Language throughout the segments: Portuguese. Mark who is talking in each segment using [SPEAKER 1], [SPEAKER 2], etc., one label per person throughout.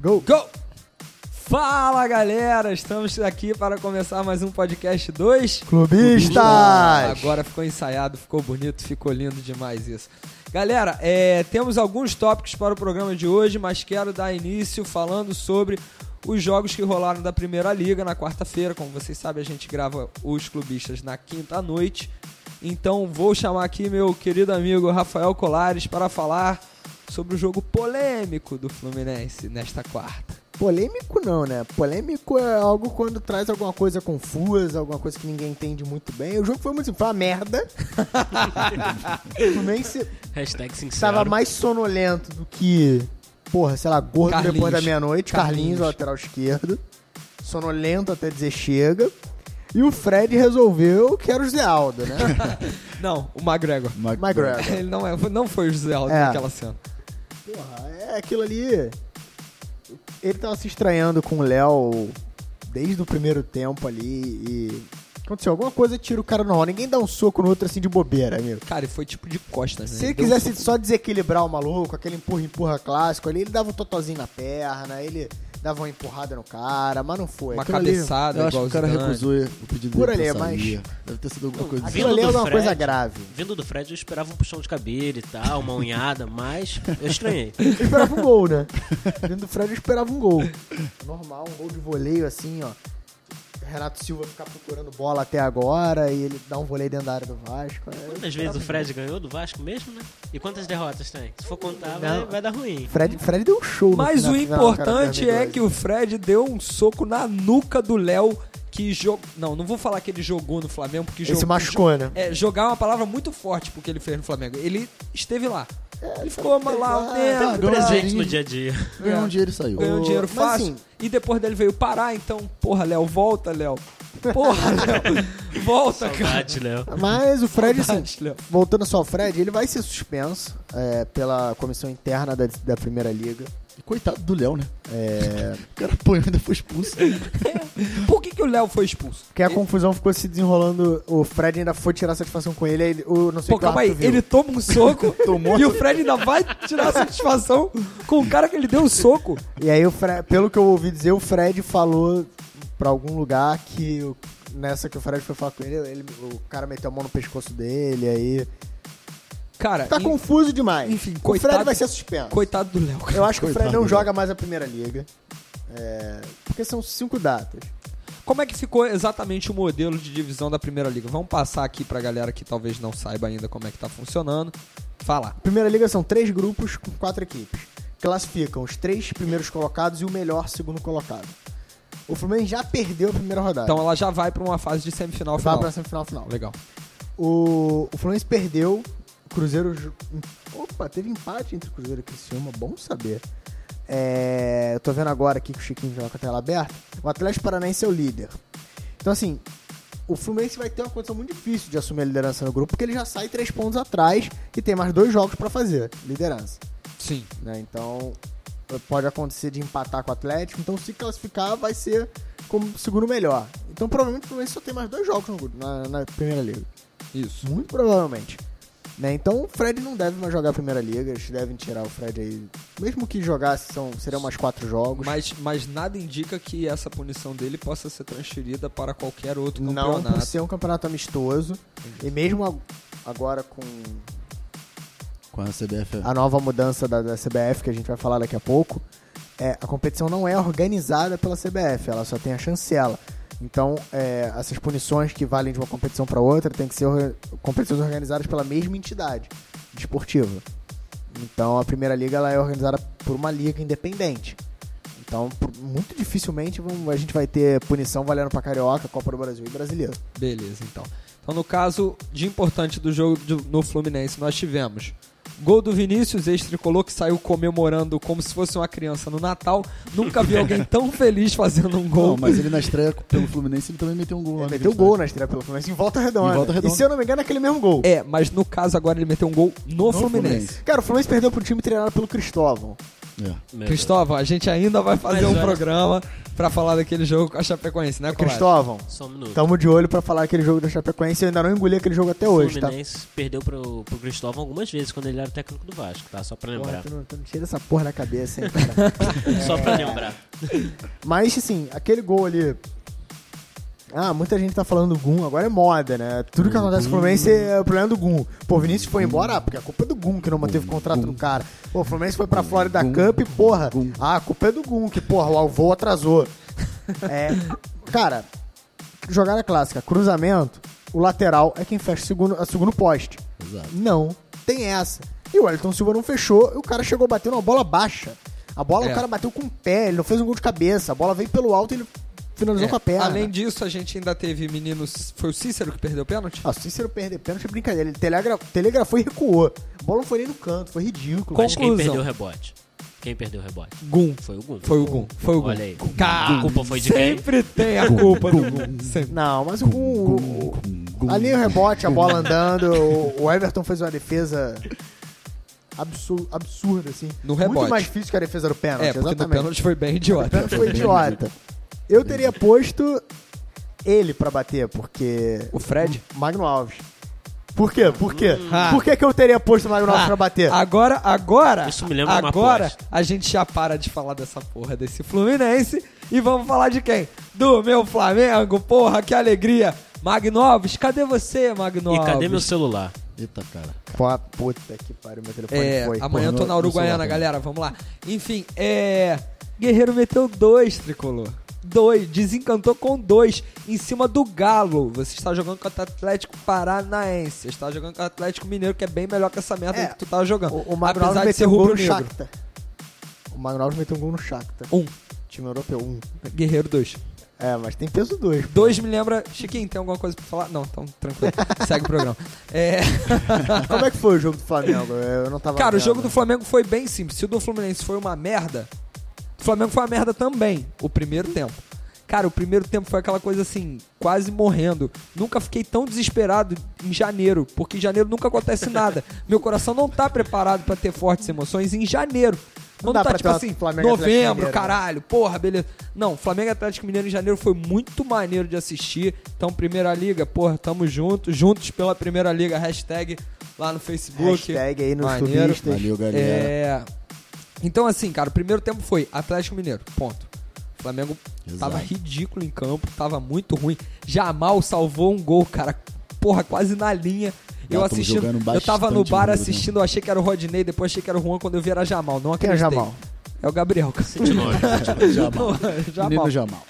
[SPEAKER 1] Go!
[SPEAKER 2] Go! Fala galera, estamos aqui para começar mais um podcast 2.
[SPEAKER 1] Clubistas!
[SPEAKER 2] Agora ficou ensaiado, ficou bonito, ficou lindo demais isso. Galera, é, temos alguns tópicos para o programa de hoje, mas quero dar início falando sobre os jogos que rolaram da Primeira Liga na quarta-feira. Como vocês sabem, a gente grava os clubistas na quinta à noite. Então vou chamar aqui meu querido amigo Rafael Colares para falar sobre o jogo polêmico do Fluminense nesta quarta.
[SPEAKER 1] Polêmico não, né? Polêmico é algo quando traz alguma coisa confusa, alguma coisa que ninguém entende muito bem. O jogo foi muito foi uma merda. o Fluminense
[SPEAKER 3] Hashtag sincero.
[SPEAKER 1] estava mais sonolento do que, porra, sei lá, gordo
[SPEAKER 2] Carlinhos.
[SPEAKER 1] depois da meia-noite. Carlinhos,
[SPEAKER 2] Carlinhos.
[SPEAKER 1] lateral esquerdo. Sonolento até dizer chega. E o Fred resolveu que era o Zé Aldo, né?
[SPEAKER 2] Não, o McGregor.
[SPEAKER 1] McGregor.
[SPEAKER 2] Ele não, é, não foi o José Aldo
[SPEAKER 1] É.
[SPEAKER 2] naquela cena.
[SPEAKER 1] Porra, é aquilo ali. Ele tava se estranhando com o Léo desde o primeiro tempo ali e. Aconteceu alguma coisa, tira o cara normal. Ninguém dá um soco no outro assim de bobeira, amigo.
[SPEAKER 2] Cara, e foi tipo de costas, né?
[SPEAKER 1] Se ele
[SPEAKER 2] Deu um
[SPEAKER 1] quisesse só desequilibrar o maluco, aquele empurra-empurra clássico ali, ele dava um totozinho na perna, ele dava uma empurrada no cara, mas não foi.
[SPEAKER 2] uma
[SPEAKER 1] Aquilo ali-
[SPEAKER 2] cabeçada
[SPEAKER 4] Eu acho que
[SPEAKER 2] igual
[SPEAKER 4] o cara
[SPEAKER 2] o Zidane.
[SPEAKER 4] recusou o pedido
[SPEAKER 1] Por
[SPEAKER 4] dele
[SPEAKER 1] ali,
[SPEAKER 4] pra
[SPEAKER 1] mas-
[SPEAKER 4] sair. Deve ter sido alguma coisa.
[SPEAKER 1] Aquilo
[SPEAKER 4] assim.
[SPEAKER 1] ali é
[SPEAKER 3] Vindo do
[SPEAKER 1] uma coisa
[SPEAKER 3] Fred.
[SPEAKER 1] grave.
[SPEAKER 3] Vindo do Fred, eu esperava um puxão de cabelo e tal, uma unhada, mas eu estranhei.
[SPEAKER 1] Eu esperava um gol, né? Dentro do Fred eu esperava um gol. Normal, um gol de voleio assim, ó. O Renato Silva ficar procurando bola até agora e ele dá um voleio dentro da área do Vasco. É, eu
[SPEAKER 3] Quantas vezes
[SPEAKER 1] esperava
[SPEAKER 3] o
[SPEAKER 1] um
[SPEAKER 3] Fred ganhou do Vasco mesmo, né? E quantas derrotas tem? Se for contar, vai,
[SPEAKER 1] Não.
[SPEAKER 3] vai dar ruim.
[SPEAKER 1] gol. Fred, Fred deu um show. no-
[SPEAKER 2] Mas
[SPEAKER 1] na
[SPEAKER 2] o
[SPEAKER 1] final, cara,
[SPEAKER 2] importante é
[SPEAKER 1] 2002.
[SPEAKER 2] que o Fred deu um soco na nuca do Léo que jogou. Não, não vou falar que ele jogou no Flamengo, porque
[SPEAKER 1] Ele
[SPEAKER 2] jogou.
[SPEAKER 1] se machucou, né?
[SPEAKER 2] É, jogar é uma palavra muito forte porque ele fez no Flamengo. Ele esteve lá. Ele ficou lá um
[SPEAKER 1] É,
[SPEAKER 2] tempo,
[SPEAKER 1] tá
[SPEAKER 4] Ganhou um
[SPEAKER 3] Presente
[SPEAKER 4] dinheirinho,
[SPEAKER 3] no dia a dia.
[SPEAKER 4] Ganhou um dinheiro e saiu.
[SPEAKER 2] ganhou dinheiro
[SPEAKER 1] Mas,
[SPEAKER 2] fácil.
[SPEAKER 1] assim,
[SPEAKER 2] E depois dele veio parar, então, porra, Léo, volta, Léo. Porra, Léo. Volta, cara.
[SPEAKER 3] Saudade, Léo.
[SPEAKER 1] Mas o Fred, assim,
[SPEAKER 2] Saudade, Léo.
[SPEAKER 1] voltando só ao Fred, ele vai ser suspenso é, pela comissão interna da, da Primeira Liga.
[SPEAKER 4] E Coitado do Léo, né?
[SPEAKER 1] É,
[SPEAKER 4] O cara apanhou e ainda foi expulso.
[SPEAKER 2] Por que, que o Léo foi expulso?
[SPEAKER 1] porque a confusão ficou se desenrolando. O Fred ainda foi tirar satisfação com ele. aí ele- o, não sei
[SPEAKER 2] Pô,
[SPEAKER 1] o que o
[SPEAKER 2] calma aí,
[SPEAKER 1] árbitro viu.
[SPEAKER 2] ele toma um soco
[SPEAKER 4] Tomou.
[SPEAKER 2] e o Fred ainda vai tirar satisfação com o cara que ele deu o soco.
[SPEAKER 1] E aí, o Fre- pelo que eu ouvi dizer, o Fred falou pra algum lugar que o- nessa que o Fred foi falar com ele, ele- o cara meteu a mão no pescoço dele, aí.
[SPEAKER 2] Cara,
[SPEAKER 1] Tá
[SPEAKER 2] e-
[SPEAKER 1] confuso demais.
[SPEAKER 2] enfim,
[SPEAKER 1] o
[SPEAKER 2] coitado-
[SPEAKER 1] Fred vai ser suspenso.
[SPEAKER 2] coitado do Léo. cara.
[SPEAKER 1] Eu acho que o Fred
[SPEAKER 4] Coitado
[SPEAKER 1] não
[SPEAKER 4] dele.
[SPEAKER 1] joga mais a primeira liga. É, porque são cinco datas.
[SPEAKER 2] Como é que ficou exatamente o modelo de divisão da Primeira Liga? Vamos passar aqui pra galera que talvez não saiba ainda como é que tá funcionando. Fala.
[SPEAKER 1] Primeira liga são três grupos com quatro equipes. Classificam os três primeiros colocados e o melhor segundo colocado. O Fluminense já perdeu a primeira rodada.
[SPEAKER 2] Então ela já vai pra uma fase de semifinal
[SPEAKER 1] vai
[SPEAKER 2] final. Ah,
[SPEAKER 1] pra semifinal final.
[SPEAKER 2] Legal.
[SPEAKER 1] O, o Fluminense perdeu. O Cruzeiro. ju- Opa, teve empate entre o Cruzeiro e o Criciúma. Bom saber. É, eu tô vendo agora aqui que o Chiquinho joga com a tela aberta. O Atlético Paranaense é o líder. Então, assim, o Fluminense vai ter uma condição muito difícil de assumir a liderança no grupo, porque ele já sai três pontos atrás e tem mais dois jogos pra fazer liderança.
[SPEAKER 2] Sim.
[SPEAKER 1] né? Então, pode acontecer de empatar com o Atlético. Então, se classificar, vai ser como segundo melhor. Então, provavelmente, o Fluminense só tem mais dois jogos no grupo, na- na primeira liga.
[SPEAKER 2] Isso.
[SPEAKER 1] Muito provavelmente. Né? Então o Fred não deve mais jogar a Primeira Liga, eles devem tirar o Fred aí. Mesmo que jogasse, são, seriam mais quatro jogos.
[SPEAKER 2] Mas, mas nada indica que essa punição dele possa ser transferida para qualquer outro
[SPEAKER 1] não
[SPEAKER 2] campeonato.
[SPEAKER 1] por ser um campeonato amistoso. E mesmo a- agora com
[SPEAKER 4] Com a CBF.
[SPEAKER 1] a nova mudança da, da CBF, que a gente vai falar daqui a pouco, é, a competição não é organizada pela CBF, ela só tem a chancela. Então, é, essas punições que valem de uma competição para outra têm que ser orga- competições organizadas pela mesma entidade desportiva. Então, a Primeira Liga ela é organizada por uma liga independente. Então, por- muito dificilmente vão- a gente vai ter punição valendo para Carioca, Copa do Brasil e Brasileiro.
[SPEAKER 2] Beleza, então. Então, no caso de importante do jogo do- no Fluminense, nós tivemos gol do Vinícius, ex-tricolor, que saiu comemorando como se fosse uma criança no Natal. Nunca vi alguém tão feliz fazendo um gol.
[SPEAKER 4] Não, mas ele na estreia pelo Fluminense, ele também meteu um gol. lá
[SPEAKER 1] Ele
[SPEAKER 4] no
[SPEAKER 1] meteu
[SPEAKER 4] Rio de
[SPEAKER 1] gol
[SPEAKER 4] Janeiro.
[SPEAKER 1] na estreia pelo Fluminense em volta redonda.
[SPEAKER 4] Em Volta Redonda.
[SPEAKER 1] E se eu não me engano, é aquele mesmo gol.
[SPEAKER 2] É, mas no caso agora ele meteu um gol no, Fluminense.
[SPEAKER 4] Fluminense.
[SPEAKER 1] Cara, o Fluminense perdeu pro time treinado pelo Cristóvão.
[SPEAKER 4] É.
[SPEAKER 3] Meu
[SPEAKER 2] Cristóvão, a gente ainda vai fazer
[SPEAKER 3] Mas
[SPEAKER 2] um
[SPEAKER 3] olha-
[SPEAKER 2] programa pra falar daquele jogo com a Chapecoense,
[SPEAKER 1] é?
[SPEAKER 2] né, Colado?
[SPEAKER 1] Cristóvão,
[SPEAKER 3] Deus. Só um minuto.
[SPEAKER 2] tá
[SPEAKER 1] tamo de olho pra falar aquele jogo da Chapecoense. Eu ainda não engoli aquele jogo até
[SPEAKER 3] o
[SPEAKER 1] hoje, tá?
[SPEAKER 3] Fluminense perdeu pro, pro Cristóvão algumas vezes quando ele era o técnico do Vasco, tá? Só pra
[SPEAKER 1] Porra,
[SPEAKER 3] lembrar.
[SPEAKER 1] tu não, tu não tira essa porra da cabeça, hein, cara.
[SPEAKER 3] Só pra lembrar.
[SPEAKER 1] Mas, assim, aquele gol ali. Ah, muita gente tá falando do Gum, agora é moda, né? Tudo
[SPEAKER 2] Uhum.
[SPEAKER 1] que acontece com o Fluminense é o problema do Gum. Pô, o Vinícius foi embora, ah, porque a culpa é do Gum que não manteve o contrato do cara. Pô, o Fluminense foi pra Florida
[SPEAKER 4] Gum.
[SPEAKER 1] Cup e, porra,
[SPEAKER 4] Gum.
[SPEAKER 1] ah, a culpa é do Gum, que, porra, o avô atrasou. É, cara, jogada clássica, cruzamento, o lateral é quem fecha o segundo, a segundo poste.
[SPEAKER 4] Exato.
[SPEAKER 1] Não, tem essa. E o Wellington Silva não fechou, e o cara chegou batendo uma bola baixa. A bola,
[SPEAKER 2] É.
[SPEAKER 1] o cara bateu com o pé, ele não fez um gol de cabeça. A bola veio pelo alto e ele finalizou
[SPEAKER 2] É,
[SPEAKER 1] com a perna.
[SPEAKER 2] Além disso, a gente ainda teve menino. Foi o Cícero que perdeu o pênalti?
[SPEAKER 1] Ah, se o Cícero perder pênalti é brincadeira. Ele telegra... telegrafou e recuou. A bola não foi nem no canto, foi ridículo.
[SPEAKER 3] Mas quem
[SPEAKER 2] Conclusão.
[SPEAKER 3] perdeu o rebote? Quem perdeu o rebote?
[SPEAKER 2] Gum.
[SPEAKER 3] Foi o Gum.
[SPEAKER 2] Foi o Gum. Foi o Gum.
[SPEAKER 3] Olha aí.
[SPEAKER 2] Cara,
[SPEAKER 3] A culpa foi de quem?
[SPEAKER 2] sempre tem a culpa do Gum. Sempre.
[SPEAKER 1] Não, mas o, o- o-
[SPEAKER 4] Gum.
[SPEAKER 1] ali o rebote, a bola andando, o, o Everton fez uma defesa absu- absurda, assim.
[SPEAKER 2] No
[SPEAKER 1] Muito
[SPEAKER 2] rebote.
[SPEAKER 1] mais difícil que a defesa do pênalti,
[SPEAKER 2] É, porque no
[SPEAKER 1] exatamente.
[SPEAKER 2] pênalti foi bem
[SPEAKER 1] O
[SPEAKER 2] idiota.
[SPEAKER 1] pênalti foi idiota. Eu teria posto ele pra bater, porque.
[SPEAKER 2] O Fred?
[SPEAKER 1] Magno Alves. Por quê? Por quê?
[SPEAKER 2] Ah.
[SPEAKER 1] Por que, que eu teria posto o Magno Alves
[SPEAKER 2] Ah,
[SPEAKER 1] pra bater?
[SPEAKER 2] Agora, agora,
[SPEAKER 3] Isso me lembra uma
[SPEAKER 2] agora
[SPEAKER 3] aposta.
[SPEAKER 2] a gente já para de falar dessa porra desse Fluminense e vamos falar de quem? Do meu Flamengo, porra, que alegria. Magnoves, cadê você, Magnoves?
[SPEAKER 3] E cadê meu celular?
[SPEAKER 4] Eita, cara.
[SPEAKER 1] Pô, a puta que pariu, meu telefone
[SPEAKER 2] É,
[SPEAKER 1] foi.
[SPEAKER 2] amanhã eu
[SPEAKER 4] Porra,
[SPEAKER 2] tô
[SPEAKER 4] no-
[SPEAKER 2] na
[SPEAKER 4] no
[SPEAKER 2] Uruguaiana,
[SPEAKER 4] celular também.
[SPEAKER 2] galera, vamos lá. Enfim, é. Guerreiro meteu dois, tricolor. Dois, desencantou com dois, em cima do Galo. Você está jogando com o Atlético Paranaense, você está jogando com o Atlético Mineiro, que é bem melhor que essa merda
[SPEAKER 1] É,
[SPEAKER 2] que tu tá jogando.
[SPEAKER 1] O, o Magno
[SPEAKER 2] Apesar
[SPEAKER 1] Alves
[SPEAKER 2] de ser
[SPEAKER 1] meteu um gol no
[SPEAKER 2] rubro-negro.
[SPEAKER 1] Shakhtar. O Magno Alves meteu um gol no Shakhtar.
[SPEAKER 2] Um,
[SPEAKER 1] Time europeu, um.
[SPEAKER 2] Guerreiro dois.
[SPEAKER 1] É, mas tem peso dois.
[SPEAKER 2] Dois me lembra. Chiquinho, tem alguma coisa pra falar? Não, então tranquilo. Segue o programa. É,
[SPEAKER 1] Como é que foi o jogo do Flamengo? Eu não tava
[SPEAKER 2] Cara, o
[SPEAKER 1] vendo.
[SPEAKER 2] jogo do Flamengo foi bem simples. Se o do Fluminense foi uma merda, o Flamengo foi uma merda também, o primeiro tempo. Cara, o primeiro tempo foi aquela coisa assim, quase morrendo. Nunca fiquei tão desesperado em janeiro, porque em janeiro nunca acontece nada. Meu coração não tá preparado pra ter fortes emoções em janeiro.
[SPEAKER 1] Não
[SPEAKER 2] Quando
[SPEAKER 1] dá
[SPEAKER 2] tá
[SPEAKER 1] pra
[SPEAKER 2] tipo
[SPEAKER 1] ter uma
[SPEAKER 2] assim,
[SPEAKER 1] Flamengo e Atlético
[SPEAKER 2] novembro,
[SPEAKER 1] Mineiro, né?
[SPEAKER 2] caralho, porra, beleza. Não, Flamengo e Atlético Mineiro em janeiro foi muito maneiro de assistir. Então, Primeira Liga, porra, tamo junto, juntos pela Primeira Liga, hashtag lá no Facebook.
[SPEAKER 1] Hashtag aí nos
[SPEAKER 2] Maneiro.
[SPEAKER 1] turistas.
[SPEAKER 4] Valeu, galera.
[SPEAKER 2] É... Então, assim, cara, o primeiro tempo foi Atlético Mineiro, ponto. O Flamengo
[SPEAKER 4] Exato.
[SPEAKER 2] tava ridículo em campo, tava muito ruim. Jamal salvou um gol, cara, porra, quase na linha. Eu
[SPEAKER 4] Gato
[SPEAKER 2] assistindo,
[SPEAKER 4] jogando
[SPEAKER 2] eu tava no
[SPEAKER 4] bastante no
[SPEAKER 2] bar
[SPEAKER 4] primeiro
[SPEAKER 2] assistindo, eu achei que era o Rodney, depois achei que era o Juan, quando eu vi era Jamal, não
[SPEAKER 1] Quem é
[SPEAKER 2] acreditei.
[SPEAKER 1] Jamal?
[SPEAKER 2] É o Gabriel, cara.
[SPEAKER 4] Jamal.
[SPEAKER 2] Jamal.
[SPEAKER 4] Menino Jamal.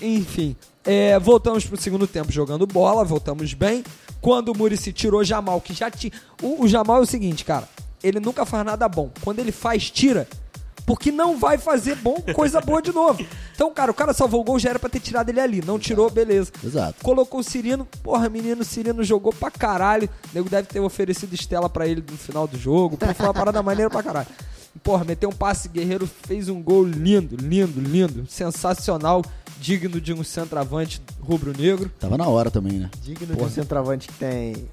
[SPEAKER 2] Enfim, é, voltamos pro segundo tempo jogando bola, voltamos bem. Quando o Murici tirou o Jamal, que já tinha. O, o Jamal é o seguinte, cara, ele nunca faz nada bom. Quando ele faz, tira. Porque não vai fazer bom coisa boa de novo. Então, cara, o cara salvou o gol, já era pra ter tirado ele ali. Não tirou, beleza.
[SPEAKER 4] Exato.
[SPEAKER 2] Colocou o Cirino, porra, menino, o Cirino jogou pra caralho. O nego deve ter oferecido Estela pra ele no final do jogo. Pô, foi uma parada maneira pra caralho. Porra, meteu um passe guerreiro, fez um gol lindo, lindo, lindo. Sensacional, digno de um centroavante rubro-negro.
[SPEAKER 4] Tava na hora também, né?
[SPEAKER 1] Digno de um centroavante que tem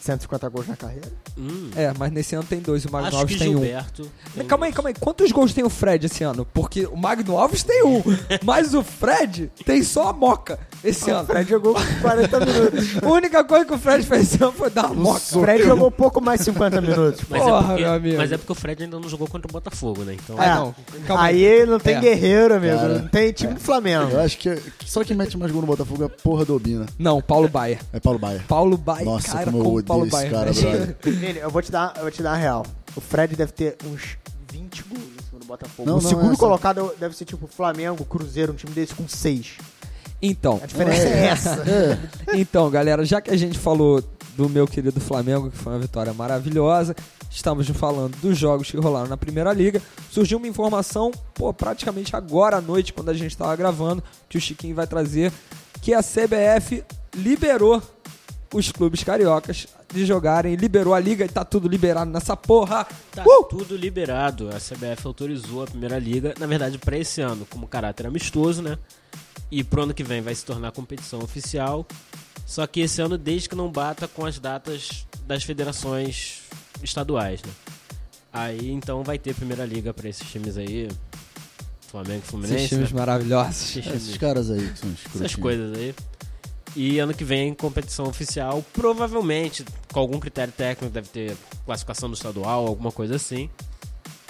[SPEAKER 1] 150 gols na carreira.
[SPEAKER 3] Hum,
[SPEAKER 2] É, mas nesse ano tem dois, o Magno
[SPEAKER 3] acho que
[SPEAKER 2] Alves tem um.
[SPEAKER 3] Gilberto. tem
[SPEAKER 2] Calma aí,
[SPEAKER 3] dois.
[SPEAKER 2] calma aí. Quantos gols tem o Fred esse ano? Porque o Magno Alves tem um, mas o Fred tem só a moca esse
[SPEAKER 3] Ah,
[SPEAKER 1] O
[SPEAKER 2] ano.
[SPEAKER 1] Fred jogou 40 minutos.
[SPEAKER 2] A única coisa que o Fred fez esse ano foi dar a moca.
[SPEAKER 1] O Fred jogou pouco mais 50 minutos.
[SPEAKER 3] Mas,
[SPEAKER 2] Porra,
[SPEAKER 3] é porque,
[SPEAKER 2] meu amigo.
[SPEAKER 3] mas é porque o Fred ainda não jogou contra o Botafogo, né? Então.
[SPEAKER 2] Ah,
[SPEAKER 1] É.
[SPEAKER 2] não. Calma
[SPEAKER 1] aí, não tem
[SPEAKER 2] É.
[SPEAKER 1] guerreiro, amigo.
[SPEAKER 4] Cara.
[SPEAKER 1] Não tem time do Flamengo.
[SPEAKER 4] Eu acho que é só quem mete mais gol no Botafogo é a porra do Obina.
[SPEAKER 2] Não, Paulo Baia.
[SPEAKER 4] É Paulo Baia.
[SPEAKER 2] Paulo Baia,
[SPEAKER 4] Nossa,
[SPEAKER 2] cara,
[SPEAKER 4] como
[SPEAKER 2] como,
[SPEAKER 4] eu odeio
[SPEAKER 2] Paulo né?
[SPEAKER 4] esse
[SPEAKER 2] Baia.
[SPEAKER 4] cara,
[SPEAKER 2] mexe.
[SPEAKER 4] brother.
[SPEAKER 1] Vini, eu vou te dar, eu vou te dar a real. O Fred deve ter uns 20 gols em cima do Botafogo.
[SPEAKER 4] Não,
[SPEAKER 1] o
[SPEAKER 4] não,
[SPEAKER 1] segundo
[SPEAKER 4] é,
[SPEAKER 1] colocado deve ser tipo Flamengo, Cruzeiro, um time desse com 6.
[SPEAKER 2] Então,
[SPEAKER 1] A diferença é, essa.
[SPEAKER 2] então, galera, já que a gente falou do meu querido Flamengo, que foi uma vitória maravilhosa, estamos falando dos jogos que rolaram na Primeira Liga, surgiu uma informação, pô, praticamente agora à noite, quando a gente estava gravando, que o Chiquinho vai trazer, que a CBF liberou os clubes cariocas de jogarem, liberou a liga e tá tudo liberado nessa porra.
[SPEAKER 3] Tá
[SPEAKER 2] Uh!
[SPEAKER 3] tudo liberado. A CBF autorizou a primeira liga, na verdade, pra esse ano, como caráter amistoso, né? E pro ano que vem vai se tornar competição oficial. Só que esse ano, desde que não bata com as datas das federações estaduais, né? Aí então vai ter primeira liga pra esses times aí. Flamengo e
[SPEAKER 2] Esses
[SPEAKER 3] Fluminense. né?
[SPEAKER 2] times maravilhosos.
[SPEAKER 3] Esses times.
[SPEAKER 4] Esses caras aí que são escrotinhos.
[SPEAKER 3] essas coisas aí. E ano que vem, competição oficial, provavelmente, com algum critério técnico, deve ter classificação do estadual, alguma coisa assim.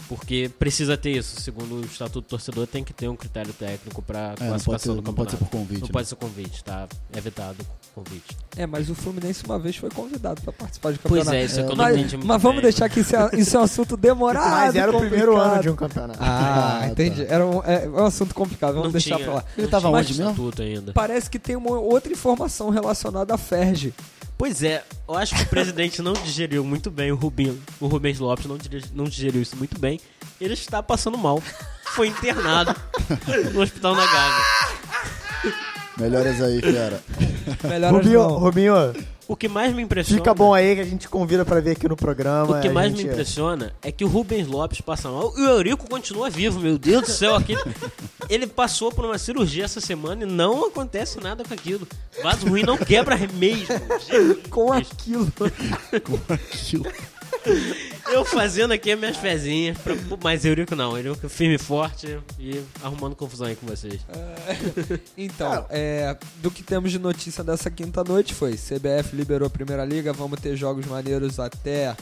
[SPEAKER 3] Porque precisa ter isso. Segundo o Estatuto do Torcedor, tem que ter um critério técnico para
[SPEAKER 4] É, não pode, ser,
[SPEAKER 3] classificação do
[SPEAKER 4] não pode
[SPEAKER 3] campeonato.
[SPEAKER 4] ser por convite.
[SPEAKER 3] Não
[SPEAKER 4] né? Então,
[SPEAKER 3] pode ser convite, tá? É vetado convite.
[SPEAKER 2] É, mas o Fluminense uma vez foi convidado pra participar de
[SPEAKER 3] Pois
[SPEAKER 2] campeonato.
[SPEAKER 3] é, isso é que eu não
[SPEAKER 2] mas,
[SPEAKER 3] entendi muito
[SPEAKER 2] mas vamos
[SPEAKER 3] bem.
[SPEAKER 2] deixar que isso é, isso é um assunto demorado.
[SPEAKER 1] Mas era o primeiro
[SPEAKER 2] complicado.
[SPEAKER 1] ano de um campeonato.
[SPEAKER 2] Ah,
[SPEAKER 4] Ah,
[SPEAKER 2] entendi. Era um, é, é um assunto complicado, vamos
[SPEAKER 3] Não
[SPEAKER 2] deixar
[SPEAKER 3] tinha-
[SPEAKER 2] pra lá.
[SPEAKER 4] Ele
[SPEAKER 3] não
[SPEAKER 4] tava
[SPEAKER 3] tinha
[SPEAKER 4] onde mesmo?
[SPEAKER 3] Estatuto ainda.
[SPEAKER 2] Parece que tem uma outra informação relacionada à Ferge.
[SPEAKER 3] Pois é, eu acho que o presidente não digeriu muito bem o Rubinho. O Rubens Lopes não digeriu, não digeriu isso muito bem. Ele está passando mal. Foi internado no hospital na Gávea.
[SPEAKER 4] Melhoras aí, cara.
[SPEAKER 2] Melhor
[SPEAKER 1] Rubinho,
[SPEAKER 2] não.
[SPEAKER 1] Rubinho,
[SPEAKER 3] O que mais me impressiona.
[SPEAKER 1] fica bom aí que a gente convida pra ver aqui no programa.
[SPEAKER 3] O que
[SPEAKER 1] a
[SPEAKER 3] mais
[SPEAKER 1] gente-
[SPEAKER 3] me impressiona é que o Rubens Lopes passa mal e o Eurico continua vivo, meu Deus do céu. Aquele... Ele passou por uma cirurgia essa semana e não acontece nada com aquilo. Vaso ruim não quebra mesmo. Jesus
[SPEAKER 2] Com
[SPEAKER 3] Cristo.
[SPEAKER 2] aquilo.
[SPEAKER 4] Aquilo.
[SPEAKER 3] Eu fazendo aqui as minhas fezinhas, pra- mas Eurico não. Eurico firme e forte e arrumando confusão aí com vocês.
[SPEAKER 2] Então, é, do que temos de notícia dessa quinta noite foi: CBF liberou a Primeira Liga, vamos ter jogos maneiros até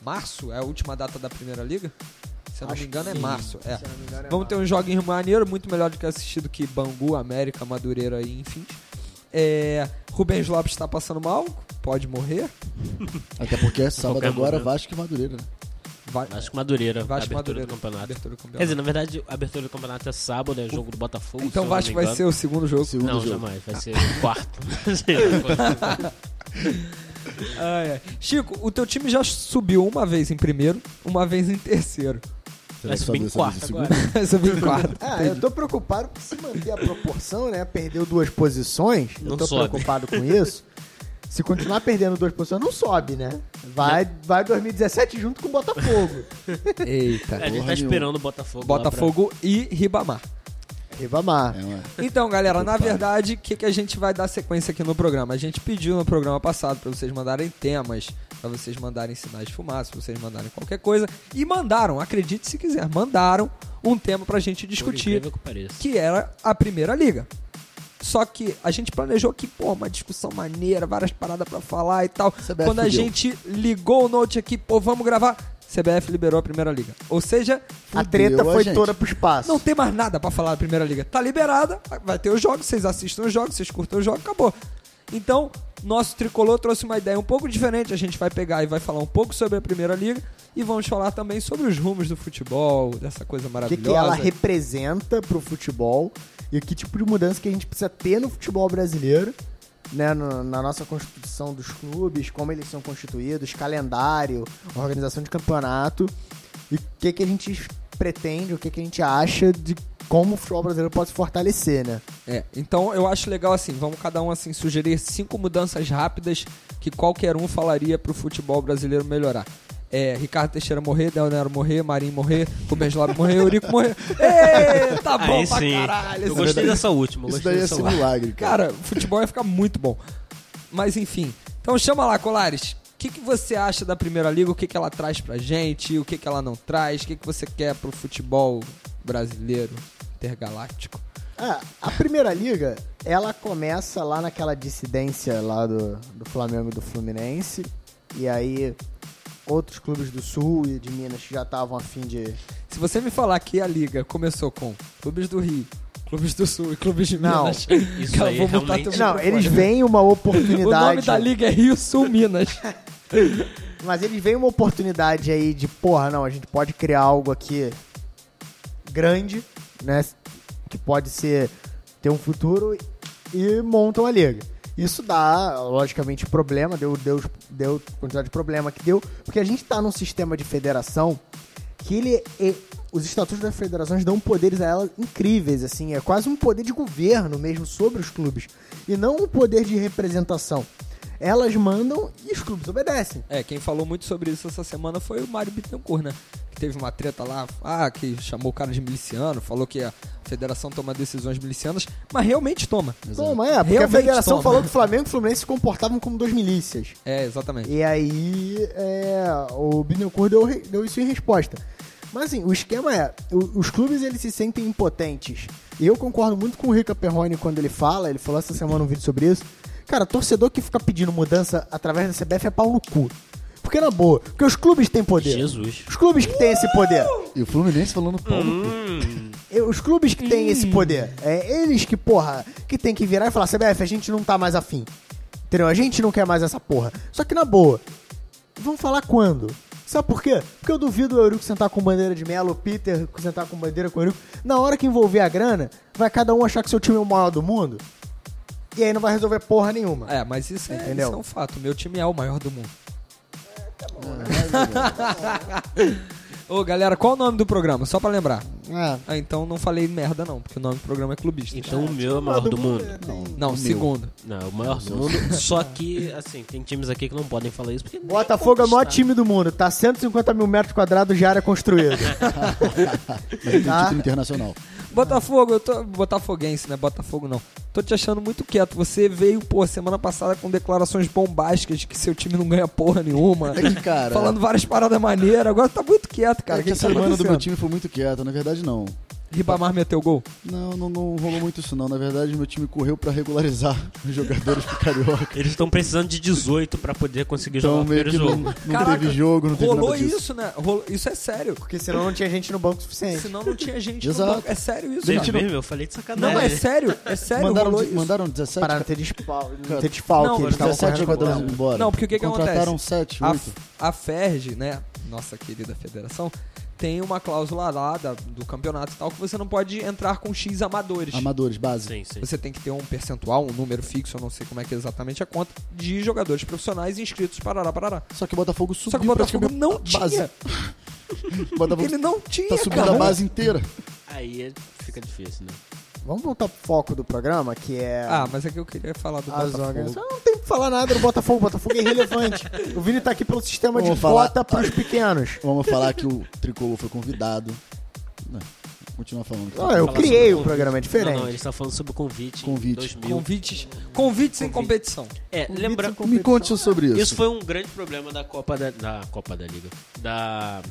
[SPEAKER 2] março? É a última data da Primeira Liga? Se eu não me engano, é março. É. Vamos ter um joguinho maneiro, muito melhor do que assistir do que Bangu, América, Madureira e enfim. É, Rubens Lopes está passando mal, pode morrer.
[SPEAKER 4] Até porque é sábado
[SPEAKER 3] Qualquer
[SPEAKER 4] agora,
[SPEAKER 3] momento.
[SPEAKER 4] Vasco e Madureira, né?
[SPEAKER 2] Vai,
[SPEAKER 3] Vasco e Madureira,
[SPEAKER 2] Vasco
[SPEAKER 3] abertura
[SPEAKER 2] Madureira,
[SPEAKER 3] do campeonato.
[SPEAKER 2] abertura do campeonato.
[SPEAKER 3] Quer dizer, na verdade, a abertura do campeonato é sábado, é jogo do Botafogo. se eu
[SPEAKER 2] então
[SPEAKER 3] não
[SPEAKER 2] Vasco
[SPEAKER 3] me
[SPEAKER 2] vai
[SPEAKER 3] engano.
[SPEAKER 2] ser o segundo jogo.
[SPEAKER 4] Segundo
[SPEAKER 3] Não,
[SPEAKER 4] jogo.
[SPEAKER 3] jamais, vai ser o quarto. Sim,
[SPEAKER 2] Ai, ai. Ah, é. Chico, o teu time já subiu uma vez em primeiro, uma vez em terceiro.
[SPEAKER 4] Será
[SPEAKER 3] vai
[SPEAKER 4] que
[SPEAKER 3] subir em
[SPEAKER 4] sobe dessa vez
[SPEAKER 3] quarto
[SPEAKER 4] em
[SPEAKER 3] agora.
[SPEAKER 4] segundo?
[SPEAKER 2] Subiu em quarto.
[SPEAKER 1] Ah, eu tô preocupado porque se manter a proporção, né? Perdeu duas posições. eu
[SPEAKER 3] Não
[SPEAKER 1] tô
[SPEAKER 3] sobe.
[SPEAKER 1] preocupado com isso. Se continuar perdendo duas posições, não sobe, né? Vai, vai 2017 junto com o Botafogo.
[SPEAKER 2] Eita.
[SPEAKER 3] A gente tá
[SPEAKER 4] Porra
[SPEAKER 3] esperando o Botafogo. lá
[SPEAKER 2] Botafogo e Ribamar.
[SPEAKER 1] Ribamar.
[SPEAKER 4] É, ué.
[SPEAKER 2] Então, galera, na verdade, o que, que a gente vai dar sequência aqui no programa? A gente pediu no programa passado pra vocês mandarem temas, pra vocês mandarem sinais de fumaça, pra vocês mandarem qualquer coisa. E mandaram, acredite se quiser, mandaram um tema pra gente
[SPEAKER 3] pra- por
[SPEAKER 2] discutir,
[SPEAKER 3] incrível que pareça.
[SPEAKER 2] que era a Primeira Liga. Só que a gente planejou que, pô, uma discussão maneira, várias paradas pra falar e tal.
[SPEAKER 4] CBF
[SPEAKER 2] Quando a
[SPEAKER 4] fudeu.
[SPEAKER 2] gente ligou o note aqui, pô, vamos gravar, CBF liberou a Primeira Liga. Ou seja,
[SPEAKER 1] A treta
[SPEAKER 4] a
[SPEAKER 1] foi
[SPEAKER 4] gente.
[SPEAKER 1] toda pro espaço.
[SPEAKER 2] Não tem mais nada pra falar da Primeira Liga. Tá liberada, vai ter os jogos, vocês assistem os jogos, vocês curtam os jogos, acabou. Então, nosso tricolor trouxe uma ideia um pouco diferente. A gente vai pegar e vai falar um pouco sobre a Primeira Liga e vamos falar também sobre os rumos do futebol, dessa coisa
[SPEAKER 1] o que,
[SPEAKER 2] maravilhosa.
[SPEAKER 1] que ela representa pro futebol e que tipo de mudança que a gente precisa ter no futebol brasileiro, né? no- na nossa constituição dos clubes, como eles são constituídos, calendário, organização de campeonato e o que, que a gente pretende, o que, que a gente acha de como o futebol brasileiro pode se fortalecer, né?
[SPEAKER 2] É, então eu acho legal assim, vamos cada um assim sugerir cinco mudanças rápidas que qualquer um falaria pro futebol brasileiro melhorar. É, Ricardo Teixeira morrer, Leonardo morrer, Marinho morrer, Rubens Lopes morrer, Eurico morrer. Ê, tá bom
[SPEAKER 3] Aí
[SPEAKER 2] pra
[SPEAKER 3] sim.
[SPEAKER 2] caralho.
[SPEAKER 3] Eu
[SPEAKER 2] esse é
[SPEAKER 3] gostei dessa última. eu
[SPEAKER 4] Isso
[SPEAKER 3] gostei
[SPEAKER 4] daí ia
[SPEAKER 3] dessa
[SPEAKER 4] ser um
[SPEAKER 3] última.
[SPEAKER 4] milagre, cara.
[SPEAKER 2] Cara, o futebol ia ficar muito bom. Mas enfim. Então chama lá, Colares. O que, que você acha da Primeira Liga? O que, que ela traz pra gente? O que, que ela não traz? O que, que você quer pro futebol brasileiro intergaláctico?
[SPEAKER 1] Ah, a primeira liga, ela começa lá naquela dissidência lá do, do Flamengo e do Fluminense. E aí outros clubes do Sul e de Minas que já estavam a fim de.
[SPEAKER 2] Se você me falar que a Liga começou com clubes do Rio, clubes do Sul e clubes de
[SPEAKER 1] Não.
[SPEAKER 2] Minas...
[SPEAKER 3] Isso
[SPEAKER 2] Cara,
[SPEAKER 3] aí
[SPEAKER 2] eu vou botar
[SPEAKER 3] realmente-
[SPEAKER 2] teu
[SPEAKER 1] Não,
[SPEAKER 2] microfone.
[SPEAKER 1] eles veem uma
[SPEAKER 2] O nome
[SPEAKER 1] oportunidade.
[SPEAKER 2] da Liga é Rio Sul Minas.
[SPEAKER 1] Mas eles veem uma oportunidade aí de, porra, não, a gente pode criar algo aqui grande, né? Que pode ser ter um futuro e montam a liga. Isso dá, logicamente, problema, deu, deu, deu quantidade de problema que deu, porque a gente tá num sistema de federação que ele. e- os estatutos das federações dão poderes a elas incríveis, assim, é quase um poder de governo mesmo sobre os clubes. E não um poder de representação. Elas mandam e os clubes obedecem.
[SPEAKER 2] É, quem falou muito sobre isso essa semana foi o Mário Bittencourt, né? Que teve uma treta lá, ah, que chamou o cara de miliciano, falou que a federação toma decisões milicianas, mas realmente toma.
[SPEAKER 1] Toma, é, porque
[SPEAKER 2] Realmente né?
[SPEAKER 1] a federação
[SPEAKER 2] toma.
[SPEAKER 1] falou que o Flamengo e o Fluminense se comportavam como duas milícias.
[SPEAKER 2] É, exatamente.
[SPEAKER 1] E aí é, o Bittencourt deu, re- deu isso em resposta. Mas assim, o esquema é, o- os clubes eles se sentem impotentes. E eu concordo muito com o Rica Perrone quando ele fala, ele falou essa semana um vídeo sobre isso. Cara, torcedor que fica pedindo mudança através da CBF é pau no cu. Porque na boa, porque os clubes têm poder.
[SPEAKER 3] Jesus.
[SPEAKER 1] Os clubes que têm esse poder.
[SPEAKER 4] E o Fluminense tá falando pau no cu.
[SPEAKER 1] E É, Os clubes que têm esse poder. É eles que, porra, que tem que virar e falar, CBF, a gente não tá mais afim. Entendeu? A gente não quer mais essa porra. Só que na boa, vamos falar quando? Sabe por quê? Porque eu duvido o Eurico sentar com bandeira de Melo, o Peter sentar com bandeira com o Eurico. Na hora que envolver a grana, vai cada um achar que seu time é o maior do mundo. E aí não vai resolver porra nenhuma.
[SPEAKER 2] É, mas isso é,
[SPEAKER 1] Entendeu?
[SPEAKER 2] isso é um fato. Meu time é o maior do mundo. Ô, galera, qual o nome do programa? Só pra lembrar.
[SPEAKER 1] É.
[SPEAKER 2] Ah, então não falei merda não, porque o nome do programa é Clubista.
[SPEAKER 3] Então o meu é o maior do mundo.
[SPEAKER 2] Não, segundo.
[SPEAKER 3] Não, o maior do mundo. Só que, assim, tem times aqui que não podem falar isso porque. nem
[SPEAKER 1] Botafogo é o maior
[SPEAKER 3] conquistar.
[SPEAKER 1] time do mundo. Tá 150 mil metros quadrados de área construída.
[SPEAKER 4] Mas ele tem
[SPEAKER 1] Ah.
[SPEAKER 4] título internacional.
[SPEAKER 2] Botafogo, eu tô. Botafoguense, né? Botafogo não. Tô te achando muito quieto. Você veio, pô, semana passada com declarações bombásticas de que seu time não ganha porra nenhuma.
[SPEAKER 4] É que, cara.
[SPEAKER 2] Falando várias paradas maneiras. Agora tá muito quieto, cara.
[SPEAKER 4] Cara,
[SPEAKER 2] O que,
[SPEAKER 4] que
[SPEAKER 2] que
[SPEAKER 4] a
[SPEAKER 2] tá
[SPEAKER 4] semana do meu
[SPEAKER 2] acontecendo?
[SPEAKER 4] time foi muito quieta, na verdade não.
[SPEAKER 2] Ribamar meteu gol.
[SPEAKER 4] Não, não, não rolou muito isso não. Na verdade, meu time correu pra regularizar os jogadores do Carioca.
[SPEAKER 3] Eles estão precisando de 18 pra poder conseguir
[SPEAKER 4] Então
[SPEAKER 3] jogar o
[SPEAKER 4] meio
[SPEAKER 3] primeiro
[SPEAKER 4] que não,
[SPEAKER 3] jogo.
[SPEAKER 4] não
[SPEAKER 2] Caraca,
[SPEAKER 4] teve jogo, não teve
[SPEAKER 2] Rolou
[SPEAKER 4] nada disso.
[SPEAKER 2] isso, né? Rolou- Isso é sério.
[SPEAKER 1] Porque senão não tinha gente no banco suficiente.
[SPEAKER 2] Senão não tinha gente no
[SPEAKER 4] Exato.
[SPEAKER 2] banco. É sério isso,
[SPEAKER 3] Gente,
[SPEAKER 2] cara.
[SPEAKER 3] mesmo, eu falei de
[SPEAKER 2] Não,
[SPEAKER 3] sacanagem.
[SPEAKER 2] é sério. É sério,
[SPEAKER 4] Mandaram,
[SPEAKER 2] rolou
[SPEAKER 4] de-
[SPEAKER 2] isso.
[SPEAKER 4] mandaram 17,
[SPEAKER 1] Para não ter desfalque. Não ter desfalque.
[SPEAKER 2] Não,
[SPEAKER 1] eles estavam
[SPEAKER 4] 17
[SPEAKER 1] correndo com a
[SPEAKER 4] jogadores
[SPEAKER 1] bola.
[SPEAKER 4] embora.
[SPEAKER 2] Não, porque o que que
[SPEAKER 4] Contrataram
[SPEAKER 2] acontece?
[SPEAKER 4] 7,
[SPEAKER 2] a,
[SPEAKER 4] 8.
[SPEAKER 2] a FERJ, né, nossa querida federação, tem uma cláusula lá da- do campeonato e tal que você não pode entrar com X amadores.
[SPEAKER 4] Amadores, base.
[SPEAKER 3] Sim, sim.
[SPEAKER 2] Você tem que ter um percentual, um número fixo, eu não sei como é que é exatamente a conta, de jogadores profissionais inscritos, parará, parará.
[SPEAKER 4] Só que o Botafogo subiu
[SPEAKER 2] Só que o Botafogo
[SPEAKER 4] praticamente
[SPEAKER 2] não
[SPEAKER 4] a base.
[SPEAKER 2] tinha.
[SPEAKER 4] O Botafogo
[SPEAKER 2] Ele não tinha,
[SPEAKER 4] tá subindo
[SPEAKER 2] cara.
[SPEAKER 4] a base inteira.
[SPEAKER 3] Aí é- fica difícil, né?
[SPEAKER 1] Vamos voltar pro foco do programa, que é
[SPEAKER 2] Ah, mas é que eu queria falar do
[SPEAKER 1] a
[SPEAKER 2] Botafogo.
[SPEAKER 1] zaga. Só Não tem que falar nada do Botafogo. O Botafogo é irrelevante. o Vini tá aqui pelo sistema de
[SPEAKER 4] Vamos falar-
[SPEAKER 1] bota pros pequenos.
[SPEAKER 4] Vamos falar que o Tricolor foi convidado. Não, continua falando.
[SPEAKER 1] Não, eu
[SPEAKER 3] Falar
[SPEAKER 1] criei
[SPEAKER 3] sobre
[SPEAKER 1] o programa, é diferente.
[SPEAKER 3] Não, não, ele está falando sobre o convite.
[SPEAKER 4] Convite.
[SPEAKER 3] Em 2000.
[SPEAKER 2] Convites, convites em competição.
[SPEAKER 3] É, lembra...
[SPEAKER 4] Me conte
[SPEAKER 2] né?
[SPEAKER 4] sobre isso.
[SPEAKER 3] Isso foi um grande problema da Copa da... da Copa da Liga. Da...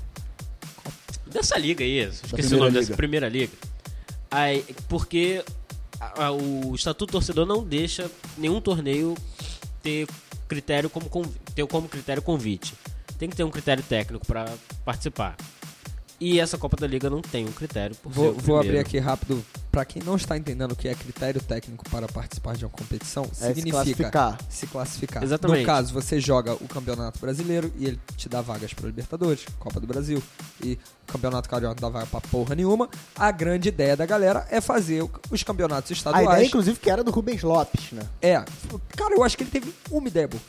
[SPEAKER 3] Dessa liga aí. Esqueci o
[SPEAKER 4] primeira
[SPEAKER 3] nome
[SPEAKER 4] liga.
[SPEAKER 3] dessa primeira liga. Aí, porque a- a- o Estatuto Torcedor não deixa nenhum torneio ter critério como, conv- ter como critério convite. Tem que ter um critério técnico para participar. E essa Copa da Liga não tem um critério. Por ser
[SPEAKER 2] Vou,
[SPEAKER 3] o
[SPEAKER 2] vou abrir
[SPEAKER 3] primeiro.
[SPEAKER 2] aqui rápido. Pra quem não está entendendo o que é critério técnico para participar de uma competição,
[SPEAKER 1] É se
[SPEAKER 2] significa
[SPEAKER 1] classificar.
[SPEAKER 2] se classificar.
[SPEAKER 3] Exatamente.
[SPEAKER 2] No caso, você joga o Campeonato Brasileiro e ele te dá vagas para Libertadores, Copa do Brasil e o Campeonato Carioca não dá vaga pra porra nenhuma. A grande ideia da galera é fazer o- os campeonatos
[SPEAKER 1] A
[SPEAKER 2] estaduais.
[SPEAKER 1] ideia, inclusive, que era do Rubens Lopes, né?
[SPEAKER 2] É, cara, eu acho que ele teve uma ideia boa.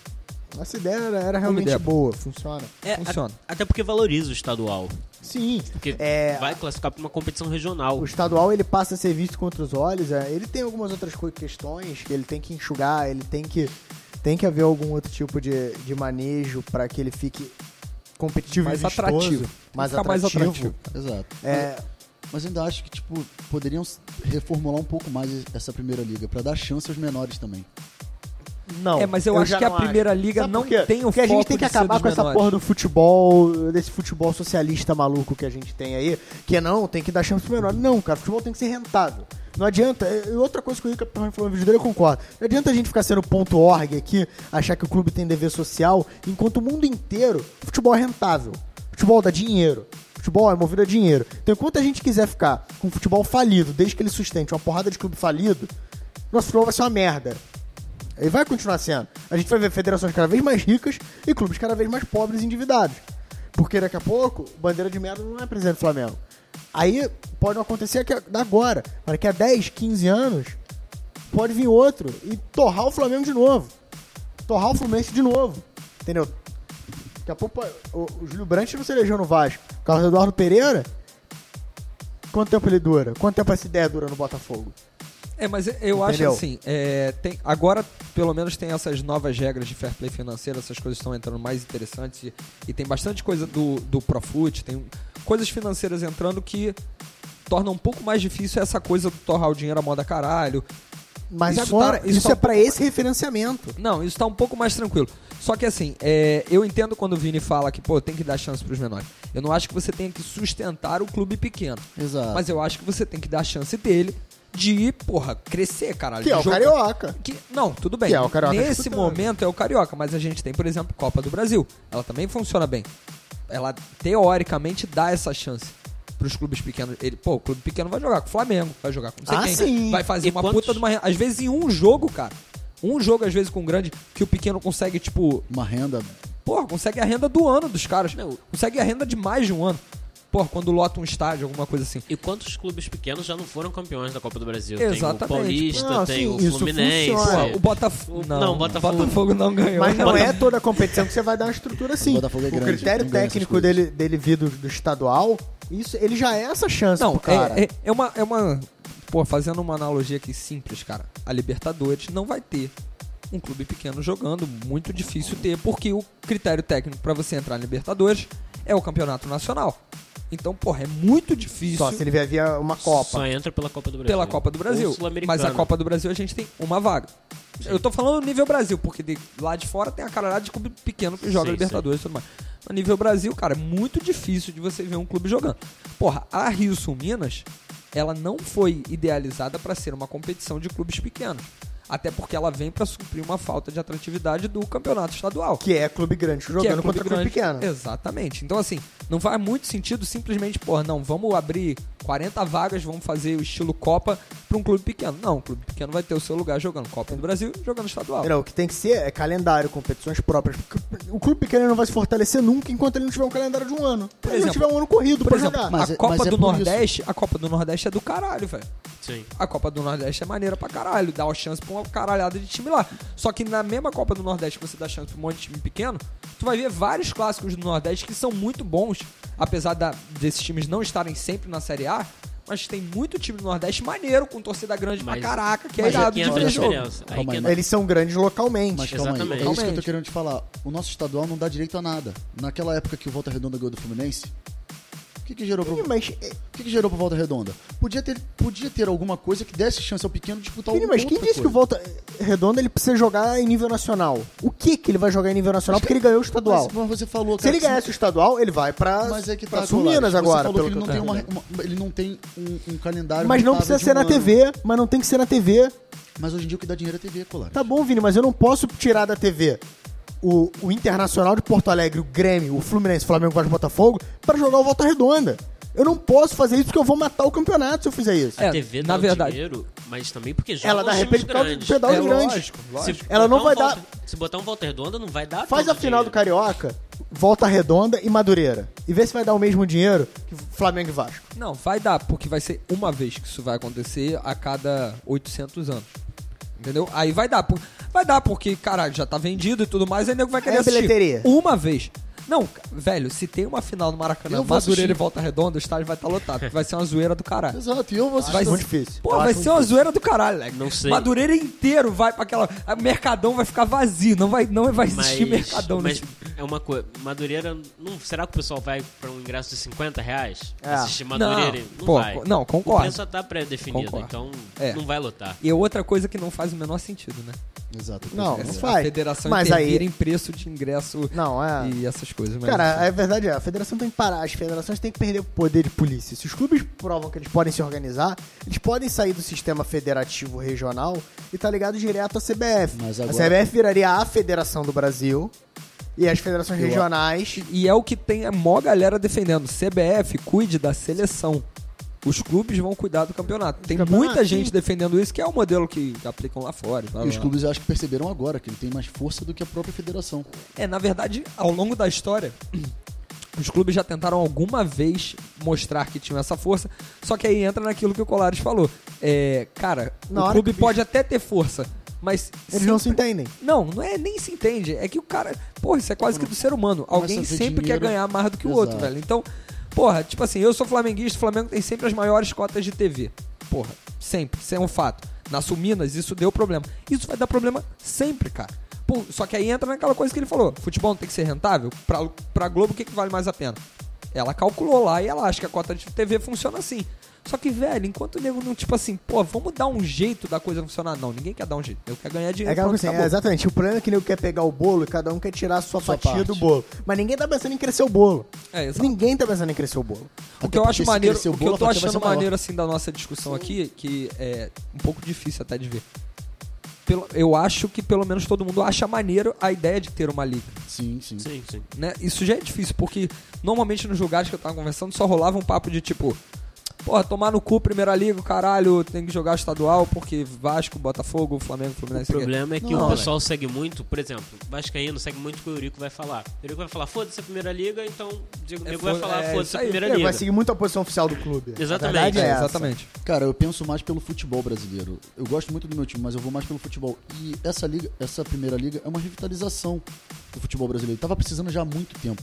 [SPEAKER 1] Essa ideia era, era realmente
[SPEAKER 2] ideia.
[SPEAKER 1] boa, funciona.
[SPEAKER 3] É,
[SPEAKER 2] Funciona.
[SPEAKER 3] a- até porque valoriza o estadual.
[SPEAKER 1] Sim.
[SPEAKER 3] Porque
[SPEAKER 1] É,
[SPEAKER 3] vai classificar pra uma competição regional.
[SPEAKER 1] O estadual ele passa a ser visto contra os olhos. é, Ele tem algumas outras co- questões que ele tem que enxugar, ele tem que tem que haver algum outro tipo de, de manejo para que ele fique competitivo
[SPEAKER 2] Mais
[SPEAKER 1] e vistoso,
[SPEAKER 2] atrativo. Tem que
[SPEAKER 1] mais
[SPEAKER 2] ficar mais
[SPEAKER 1] atrativo.
[SPEAKER 2] atrativo.
[SPEAKER 4] Exato.
[SPEAKER 1] É,
[SPEAKER 4] Mas eu ainda acho que, tipo, poderiam reformular um pouco mais essa primeira liga, pra dar chance aos menores também.
[SPEAKER 1] não.
[SPEAKER 2] é, mas eu, acho
[SPEAKER 1] já
[SPEAKER 2] que a
[SPEAKER 1] não acho.
[SPEAKER 2] primeira liga
[SPEAKER 1] Sabe
[SPEAKER 2] não
[SPEAKER 1] por quê?
[SPEAKER 2] tem o
[SPEAKER 1] Porque a
[SPEAKER 2] foco
[SPEAKER 1] gente tem que
[SPEAKER 2] de ser
[SPEAKER 1] acabar
[SPEAKER 2] dos
[SPEAKER 1] com essa
[SPEAKER 2] menores.
[SPEAKER 1] porra do futebol, desse futebol socialista maluco que a gente tem aí, que é não, tem que dar chance pro menor. Não, cara, futebol tem que ser rentável. Não adianta, e outra coisa que o Rica Perrone falou no vídeo dele, eu concordo. Não adianta a gente ficar sendo ponto .org aqui, achar que o clube tem dever social, enquanto o mundo inteiro, o futebol é rentável. O futebol dá dinheiro. O Futebol é movido a dinheiro. Então, enquanto a gente quiser ficar com o futebol falido, desde que ele sustente uma porrada de clube falido, nosso futebol vai ser uma merda. E vai continuar sendo. A gente vai ver federações cada vez mais ricas e clubes cada vez mais pobres e endividados. Porque daqui a pouco, o bandeira de merda não é presidente do Flamengo. Aí pode não acontecer que agora, mas daqui a 10, 15 anos, pode vir outro e torrar o Flamengo de novo. Torrar o Fluminense de novo. Entendeu? Daqui a pouco o, o Júlio Brandt não se elegeu no Vasco. O Carlos Eduardo Pereira. Quanto tempo ele dura? Quanto tempo essa ideia dura no Botafogo?
[SPEAKER 2] É, mas eu
[SPEAKER 1] Entendeu?
[SPEAKER 2] acho assim, é, tem, agora pelo menos tem essas novas regras de fair play financeiro, essas coisas estão entrando mais interessantes e, e tem bastante coisa do, do Profut, tem coisas financeiras entrando que torna um pouco mais difícil essa coisa do torrar o dinheiro à moda caralho.
[SPEAKER 1] Mas
[SPEAKER 2] Isso
[SPEAKER 1] agora,
[SPEAKER 2] tá- isso
[SPEAKER 1] isso,
[SPEAKER 2] tá
[SPEAKER 1] é
[SPEAKER 2] um
[SPEAKER 1] pra
[SPEAKER 2] pouco-
[SPEAKER 1] esse referenciamento.
[SPEAKER 2] Não, isso tá um pouco mais tranquilo. Só que assim, é, eu entendo quando o Vini fala que, pô, tem que dar chance pros menores. Eu não acho que você tenha que sustentar o clube pequeno.
[SPEAKER 4] Exato.
[SPEAKER 2] Mas eu acho que você tem que dar a chance dele de, porra, crescer, caralho.
[SPEAKER 1] Que é
[SPEAKER 2] de
[SPEAKER 1] o
[SPEAKER 2] jogo-
[SPEAKER 1] Carioca.
[SPEAKER 2] que- não, tudo bem.
[SPEAKER 1] Que é o Carioca
[SPEAKER 2] Nesse
[SPEAKER 1] disputando.
[SPEAKER 2] momento é o Carioca, mas a gente tem, por exemplo, Copa do Brasil. Ela também funciona bem. Ela, teoricamente, dá essa chance pros clubes pequenos. Ele, pô, o clube pequeno vai jogar com o Flamengo, vai jogar com não sei
[SPEAKER 1] Ah,
[SPEAKER 2] quem.
[SPEAKER 1] sim.
[SPEAKER 2] Vai fazer
[SPEAKER 3] E
[SPEAKER 2] uma
[SPEAKER 3] quantos-
[SPEAKER 2] puta de uma... re- Às vezes em um jogo, cara. Um jogo, às vezes, com um grande, que o pequeno consegue, tipo...
[SPEAKER 4] Uma renda.
[SPEAKER 2] Porra, consegue a renda do ano dos caras.
[SPEAKER 3] Não.
[SPEAKER 2] Consegue a renda de mais de um ano. Porra, quando lota um estádio, alguma coisa assim.
[SPEAKER 3] E quantos clubes pequenos já não foram campeões da Copa do Brasil?
[SPEAKER 2] Exatamente,
[SPEAKER 3] Tem o Paulista,
[SPEAKER 1] pô. Ah,
[SPEAKER 3] tem
[SPEAKER 1] sim,
[SPEAKER 3] o
[SPEAKER 1] isso
[SPEAKER 3] Fluminense.
[SPEAKER 2] Pô,
[SPEAKER 1] funciona. É.
[SPEAKER 2] o Botafogo... Não,
[SPEAKER 3] Não, Botafogo-
[SPEAKER 2] Botafogo não ganhou.
[SPEAKER 1] Mas não
[SPEAKER 2] Botafogo-
[SPEAKER 1] é toda a competição que você vai dar uma estrutura assim.
[SPEAKER 4] O Botafogo é grande,
[SPEAKER 1] critério
[SPEAKER 4] não ganha essas
[SPEAKER 1] técnico
[SPEAKER 4] coisas.
[SPEAKER 1] dele, dele vir do, do estadual, isso, ele já é essa chance
[SPEAKER 2] Não,
[SPEAKER 1] pro cara.
[SPEAKER 2] É, é- é uma, é uma. Pô, fazendo uma analogia aqui simples, cara. A Libertadores não vai ter um clube pequeno jogando. Muito difícil ter, porque o critério técnico pra você entrar na Libertadores é o campeonato nacional. Então, porra, é muito difícil
[SPEAKER 1] Só se ele vier via uma
[SPEAKER 3] Só
[SPEAKER 1] Copa.
[SPEAKER 3] entra pela Copa do Brasil.
[SPEAKER 2] pela Copa do Brasil.
[SPEAKER 3] Ou Sul-Americana.
[SPEAKER 2] Mas a Copa do Brasil a gente tem uma vaga. Eu tô falando nível Brasil, porque de- lá de fora tem a caralhada de clube pequeno que joga
[SPEAKER 3] Sim,
[SPEAKER 2] Libertadores e tudo mais. Mas nível Brasil, cara, é muito difícil de você ver um clube jogando. Porra, a Rio Sul Minas, ela não foi idealizada pra ser uma competição de clubes pequenos. Até porque ela vem pra suprir uma falta de atratividade do campeonato estadual
[SPEAKER 1] Que é clube grande jogando
[SPEAKER 2] que é
[SPEAKER 1] contra clube
[SPEAKER 2] grande.
[SPEAKER 1] pequeno.
[SPEAKER 2] Exatamente. Então, assim, não faz muito sentido simplesmente, pô, não, vamos abrir 40 vagas, vamos fazer o estilo Copa pra um clube pequeno. Não, o clube pequeno vai ter o seu lugar jogando Copa do Brasil, jogando estadual.
[SPEAKER 1] Não, o que tem que ser é calendário, competições próprias. Porque O clube pequeno não vai se fortalecer nunca enquanto ele não tiver um calendário de um ano. Por ele
[SPEAKER 2] exemplo-
[SPEAKER 1] não tiver um ano corrido
[SPEAKER 2] Por
[SPEAKER 1] pra
[SPEAKER 2] exemplo,
[SPEAKER 1] jogar.
[SPEAKER 4] mas-
[SPEAKER 2] a
[SPEAKER 4] é-
[SPEAKER 2] Copa
[SPEAKER 4] é
[SPEAKER 2] do
[SPEAKER 4] por isso.
[SPEAKER 2] Nordeste, a Copa do Nordeste é do caralho, velho.
[SPEAKER 3] Sim.
[SPEAKER 2] A Copa do Nordeste é maneira pra caralho, dá uma chance pra uma caralhada de time lá. Só que na mesma Copa do Nordeste que você dá chance pra um monte de time pequeno, tu vai ver vários clássicos do Nordeste que são muito bons, apesar da- desses times não estarem sempre na Série A, mas tem muito time do Nordeste maneiro, com torcida grande pra
[SPEAKER 3] Mas-
[SPEAKER 2] caraca, que é
[SPEAKER 3] Mas
[SPEAKER 2] irado
[SPEAKER 3] aqui
[SPEAKER 2] de
[SPEAKER 3] entra a
[SPEAKER 2] ver jogo.
[SPEAKER 3] diferença. Aí
[SPEAKER 4] Calma
[SPEAKER 3] que
[SPEAKER 4] aí,
[SPEAKER 3] entra-
[SPEAKER 1] Eles são grandes localmente.
[SPEAKER 4] Mas calma aí, é isso que
[SPEAKER 3] Exatamente.
[SPEAKER 4] eu tô
[SPEAKER 2] Exatamente.
[SPEAKER 4] querendo te falar. O nosso estadual não dá direito a nada. Naquela época que o Volta Redonda ganhou do Fluminense, o que, que gerou pro,
[SPEAKER 1] Ih,
[SPEAKER 4] o
[SPEAKER 1] Mas, é,
[SPEAKER 4] que, que gerou pro Volta Redonda? Podia ter, podia ter alguma coisa que desse chance ao pequeno disputar
[SPEAKER 1] filho,
[SPEAKER 4] alguma
[SPEAKER 1] mas quem
[SPEAKER 4] outra
[SPEAKER 1] disse que o
[SPEAKER 4] coisa.
[SPEAKER 1] Volta Redonda ele precisa jogar em nível nacional? O que que ele vai jogar em nível nacional? Porque ele ganhou o estadual.
[SPEAKER 4] Mas, mas você falou,
[SPEAKER 1] Se
[SPEAKER 4] cara,
[SPEAKER 1] ele
[SPEAKER 4] que você-
[SPEAKER 1] ganhasse o estadual, ele vai pra,
[SPEAKER 4] Mas é que tá
[SPEAKER 1] pra Sul Minas
[SPEAKER 4] Colares,
[SPEAKER 1] agora.
[SPEAKER 4] Você
[SPEAKER 1] pelo
[SPEAKER 4] falou que ele não,
[SPEAKER 1] que eu
[SPEAKER 4] tem
[SPEAKER 1] tô
[SPEAKER 4] uma,
[SPEAKER 1] vendo.
[SPEAKER 4] uma- ele não tem um, um calendário.
[SPEAKER 1] Mas não
[SPEAKER 4] rentável
[SPEAKER 1] precisa
[SPEAKER 4] de
[SPEAKER 1] ser
[SPEAKER 4] um
[SPEAKER 1] na
[SPEAKER 4] ano.
[SPEAKER 1] TV, mas não tem que ser na TV.
[SPEAKER 4] Mas hoje em dia o que dá dinheiro é TV, colar.
[SPEAKER 1] Tá bom, Vini, mas eu não posso tirar da TV o, o Internacional de Porto Alegre, o Grêmio, o Fluminense, o Flamengo, Vasco, Botafogo, pra jogar o Volta Redonda. Eu não posso fazer isso porque eu vou matar o campeonato se eu fizer isso.
[SPEAKER 2] É,
[SPEAKER 3] A TV
[SPEAKER 2] na
[SPEAKER 3] dá o
[SPEAKER 2] verdade-
[SPEAKER 3] dinheiro, mas também porque joga
[SPEAKER 1] Ela dá
[SPEAKER 3] times
[SPEAKER 1] repetição de
[SPEAKER 3] grandes.
[SPEAKER 1] pedal
[SPEAKER 2] É
[SPEAKER 1] de grande.
[SPEAKER 2] lógico, lógico. Então
[SPEAKER 1] Ela não vai
[SPEAKER 3] botar um
[SPEAKER 1] dar.
[SPEAKER 3] Walter- Se botar um Walter Redonda, não vai dar
[SPEAKER 1] Faz a
[SPEAKER 3] tanto
[SPEAKER 1] final do
[SPEAKER 3] dinheiro.
[SPEAKER 1] Carioca, Volta Redonda e Madureira. E vê se vai dar o mesmo dinheiro que Flamengo e Vasco.
[SPEAKER 2] Não, vai dar, porque vai ser uma vez que isso vai acontecer a cada 800 anos. Entendeu? Aí vai dar. por- Vai dar, porque, caralho, já tá vendido e tudo mais, aí nego vai querer
[SPEAKER 1] É
[SPEAKER 2] assistir.
[SPEAKER 1] bilheteria.
[SPEAKER 2] Uma vez. Não, ca- velho, se tem uma final no Maracanã,
[SPEAKER 4] Eu vou
[SPEAKER 2] Madureira
[SPEAKER 4] assistir.
[SPEAKER 2] e Volta Redonda, o estádio vai estar lotado. porque Vai ser uma zoeira do caralho.
[SPEAKER 4] Exato, e eu vou
[SPEAKER 1] Vai
[SPEAKER 4] assistir.
[SPEAKER 1] ser muito difícil.
[SPEAKER 2] Pô,
[SPEAKER 1] Eu
[SPEAKER 2] vai
[SPEAKER 1] acho
[SPEAKER 2] ser uma zoeira do caralho, Leque.
[SPEAKER 3] Não sei.
[SPEAKER 2] Madureira inteiro vai pra aquela. a Mercadão vai ficar vazio. Não vai, não vai existir mercadão nesse.
[SPEAKER 3] mas
[SPEAKER 2] tipo
[SPEAKER 3] é uma coisa. Madureira, não, será que o pessoal vai pra um ingresso de 50 reais?
[SPEAKER 1] É.
[SPEAKER 3] Assistir Madureira?
[SPEAKER 2] Ah, Não,
[SPEAKER 3] Não,
[SPEAKER 2] pô,
[SPEAKER 3] vai.
[SPEAKER 2] co- não,
[SPEAKER 3] O
[SPEAKER 2] concordo.
[SPEAKER 3] preço já tá pré-definido,
[SPEAKER 2] Concordo.
[SPEAKER 3] então
[SPEAKER 2] É.
[SPEAKER 3] não vai lotar.
[SPEAKER 2] E é outra coisa que não faz o menor sentido, né?
[SPEAKER 4] Exato.
[SPEAKER 1] Não, não
[SPEAKER 4] eu vou-
[SPEAKER 2] A
[SPEAKER 1] faz.
[SPEAKER 2] federação
[SPEAKER 1] Mas
[SPEAKER 2] intervir
[SPEAKER 1] aí-
[SPEAKER 2] em preço de ingresso
[SPEAKER 1] Não, é.
[SPEAKER 2] e essas coisas. mas
[SPEAKER 1] Cara,
[SPEAKER 2] enfim.
[SPEAKER 1] a verdade é, a federação tem que parar, as federações têm que perder o poder de polícia. Se os clubes provam que eles podem se organizar, eles podem sair do sistema federativo regional e tá ligado direto à CBF.
[SPEAKER 4] Mas
[SPEAKER 1] A
[SPEAKER 4] agora-
[SPEAKER 1] CBF viraria a Federação do Brasil e as federações
[SPEAKER 4] Eu-
[SPEAKER 1] regionais.
[SPEAKER 2] E é o que tem a maior galera defendendo. CBF cuide da seleção. Os clubes vão cuidar do campeonato. Tem
[SPEAKER 1] campeonato,
[SPEAKER 2] muita gente
[SPEAKER 1] sim.
[SPEAKER 2] defendendo isso, que é o modelo que aplicam lá fora. e blá,
[SPEAKER 4] E os
[SPEAKER 2] blá.
[SPEAKER 4] clubes eu acho que perceberam agora que ele tem mais força do que a própria federação.
[SPEAKER 2] É, na verdade, ao longo da história, os clubes já tentaram alguma vez mostrar que tinham essa força. Só que aí entra naquilo que o Colares falou. É, cara,
[SPEAKER 1] Na
[SPEAKER 2] o
[SPEAKER 1] hora
[SPEAKER 2] clube
[SPEAKER 1] que o
[SPEAKER 2] pode até ter força, mas.
[SPEAKER 1] Eles não se
[SPEAKER 2] sempre-
[SPEAKER 1] entendem.
[SPEAKER 2] Não, não é nem se entende. É que o cara. Porra, isso é quase que do ser humano. Alguém
[SPEAKER 4] a ver
[SPEAKER 2] sempre quer
[SPEAKER 4] dinheiro.
[SPEAKER 2] ganhar mais do que o
[SPEAKER 4] Exato.
[SPEAKER 2] outro, velho. Então, porra, tipo assim, eu sou flamenguista, o Flamengo tem sempre as maiores cotas de TV. Porra, sempre. Isso é um fato. Na Suminas, isso deu problema. Isso vai dar problema sempre, cara. Pô, só que aí entra naquela coisa que ele falou: futebol não tem que ser rentável? Pra, pra Globo, o que, que vale mais a pena? É Ela calculou lá e ela acha que a cota de TV funciona assim. Só que, velho, enquanto o nego não, tipo assim, pô, vamos dar um jeito da coisa funcionar. Não, ninguém quer dar um jeito. Eu quero ganhar
[SPEAKER 1] É
[SPEAKER 2] dinheiro.
[SPEAKER 1] aquela
[SPEAKER 2] pronto,
[SPEAKER 1] coisa assim,
[SPEAKER 2] acabou.
[SPEAKER 1] é, exatamente. O problema é que o nego quer pegar o bolo e cada um quer tirar a sua,
[SPEAKER 4] Sua
[SPEAKER 1] fatia
[SPEAKER 4] parte.
[SPEAKER 1] do bolo. Mas ninguém tá pensando em crescer o bolo.
[SPEAKER 2] É, exato.
[SPEAKER 1] Ninguém tá pensando em crescer o bolo.
[SPEAKER 2] O que eu acho maneiro, o que eu tô achando maneiro
[SPEAKER 4] maneira
[SPEAKER 2] assim da nossa discussão aqui, que é um pouco difícil até de ver. Pelo- eu acho que pelo menos todo mundo acha maneiro a ideia de ter uma liga,
[SPEAKER 4] Sim, sim.
[SPEAKER 3] Sim, sim.
[SPEAKER 2] né? Isso já é difícil, porque normalmente nos lugares que eu tava conversando só rolava um papo de tipo, porra, tomar no cu primeira liga, o caralho, tem que jogar estadual porque Vasco, Botafogo, Flamengo,
[SPEAKER 3] O
[SPEAKER 2] Fluminense, sei
[SPEAKER 3] problema é que
[SPEAKER 4] Não,
[SPEAKER 3] o
[SPEAKER 2] né?
[SPEAKER 3] pessoal segue muito, por exemplo, Vascaíno segue muito o que o Eurico vai falar. O Eurico vai falar, foda-se a primeira liga, então o Diego
[SPEAKER 2] É,
[SPEAKER 3] Diego vai
[SPEAKER 2] fo-
[SPEAKER 3] falar,
[SPEAKER 2] é,
[SPEAKER 3] foda-se
[SPEAKER 2] isso
[SPEAKER 3] a
[SPEAKER 2] aí.
[SPEAKER 3] primeira
[SPEAKER 1] Ele
[SPEAKER 3] liga.
[SPEAKER 1] vai seguir muito a posição oficial do clube.
[SPEAKER 3] Exatamente.
[SPEAKER 1] A verdade
[SPEAKER 2] lá.
[SPEAKER 1] é
[SPEAKER 2] É,
[SPEAKER 1] essa.
[SPEAKER 2] exatamente.
[SPEAKER 4] Cara, eu penso mais pelo futebol brasileiro. Eu gosto muito do meu time, mas eu vou mais pelo futebol. E essa liga, essa primeira liga é uma revitalização do futebol brasileiro. Tava precisando já há muito tempo.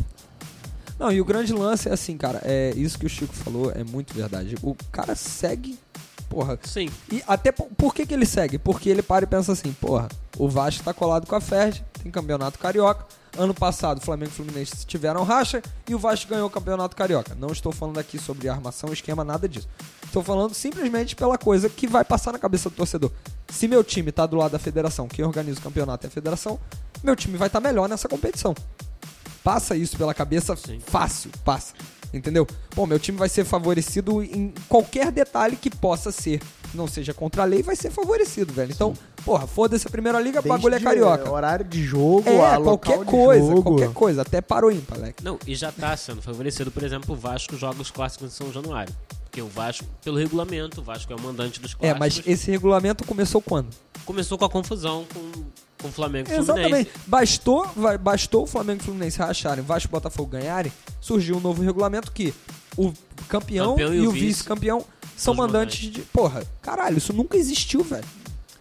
[SPEAKER 2] Não, e o grande lance é assim, cara, é isso que o Chico falou, é muito verdade. O cara segue, porra,
[SPEAKER 3] Sim,
[SPEAKER 2] E até por, por que, que ele segue? Porque ele para e pensa assim, porra, o Vasco tá colado com a Ferdi, tem campeonato carioca. Ano passado, Flamengo e Fluminense tiveram racha e o Vasco ganhou o campeonato carioca. Não estou falando aqui sobre armação, esquema, nada disso. Estou falando simplesmente pela coisa que vai passar na cabeça do torcedor. Se meu time tá do lado da federação, quem organiza o campeonato é a federação, meu time vai estar melhor nessa competição. Passa isso pela cabeça
[SPEAKER 3] Sim.
[SPEAKER 2] fácil, passa. Entendeu? Bom, meu time vai ser favorecido em qualquer detalhe que possa ser. Não seja contra a lei, vai ser favorecido, velho. Então, porra, foda-se a primeira liga, o bagulho é
[SPEAKER 1] Desde
[SPEAKER 2] carioca.
[SPEAKER 1] Horário de jogo,
[SPEAKER 2] É,
[SPEAKER 1] a local
[SPEAKER 2] qualquer
[SPEAKER 1] de
[SPEAKER 2] coisa,
[SPEAKER 1] jogo.
[SPEAKER 2] qualquer coisa. Até parou ímpar, Leque.
[SPEAKER 3] Não, e já tá sendo favorecido, por exemplo, o Vasco joga os clássicos de São Januário. Porque o Vasco, pelo regulamento, o Vasco é o mandante dos
[SPEAKER 2] É,
[SPEAKER 3] clássicos.
[SPEAKER 2] mas esse regulamento começou quando?
[SPEAKER 3] Começou com a confusão com, com o Flamengo e o
[SPEAKER 2] Exatamente.
[SPEAKER 3] Fluminense.
[SPEAKER 2] Bastou, vai- bastou o Flamengo e o Fluminense racharem, Vasco e Botafogo ganharem, surgiu um novo regulamento que o campeão,
[SPEAKER 3] Campeão
[SPEAKER 2] e o vice-campeão são
[SPEAKER 3] os
[SPEAKER 2] mandantes de. Porra, caralho, isso nunca existiu, velho.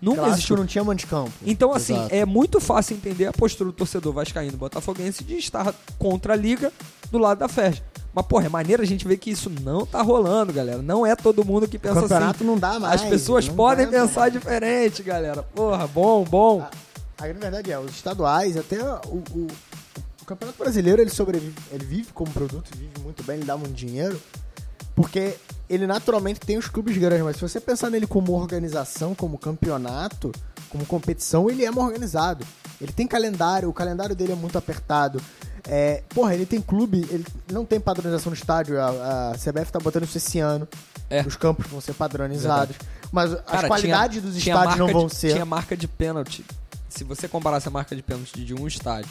[SPEAKER 2] Nunca
[SPEAKER 1] Clássico
[SPEAKER 2] existiu.
[SPEAKER 1] não tinha mão de campo.
[SPEAKER 2] Então, assim,
[SPEAKER 4] Exato.
[SPEAKER 2] é muito fácil entender a postura do torcedor vascaíno botafoguense de estar contra a liga do lado da Ferj. Mas, porra, é maneiro a gente ver que isso não tá rolando, galera. Não é todo mundo que pensa
[SPEAKER 1] o campeonato
[SPEAKER 2] assim.
[SPEAKER 1] não dá mais.
[SPEAKER 2] As pessoas
[SPEAKER 1] não
[SPEAKER 2] podem
[SPEAKER 1] dá
[SPEAKER 2] pensar
[SPEAKER 1] mais.
[SPEAKER 2] diferente, galera. Porra, bom, bom.
[SPEAKER 1] A, a grande verdade é, os estaduais, até o, o- o Campeonato Brasileiro, ele sobrevive, ele vive como produto, vive muito bem, ele dá muito dinheiro, porque ele naturalmente tem os clubes grandes, mas se você pensar nele como organização, como campeonato, como competição, ele é mais organizado. Ele tem calendário, o calendário dele é muito apertado. É, porra, ele tem clube, ele não tem padronização do estádio, a, a CBF tá botando isso esse ano.
[SPEAKER 2] É.
[SPEAKER 1] Os campos vão ser padronizados. Mas
[SPEAKER 2] Cara,
[SPEAKER 1] as
[SPEAKER 2] tinha-
[SPEAKER 1] qualidades dos
[SPEAKER 2] tinha
[SPEAKER 1] estádios não
[SPEAKER 2] marca
[SPEAKER 1] vão
[SPEAKER 2] de-
[SPEAKER 1] ser.
[SPEAKER 2] Tinha marca de pênalti. Se você comparasse a marca de pênalti de um estádio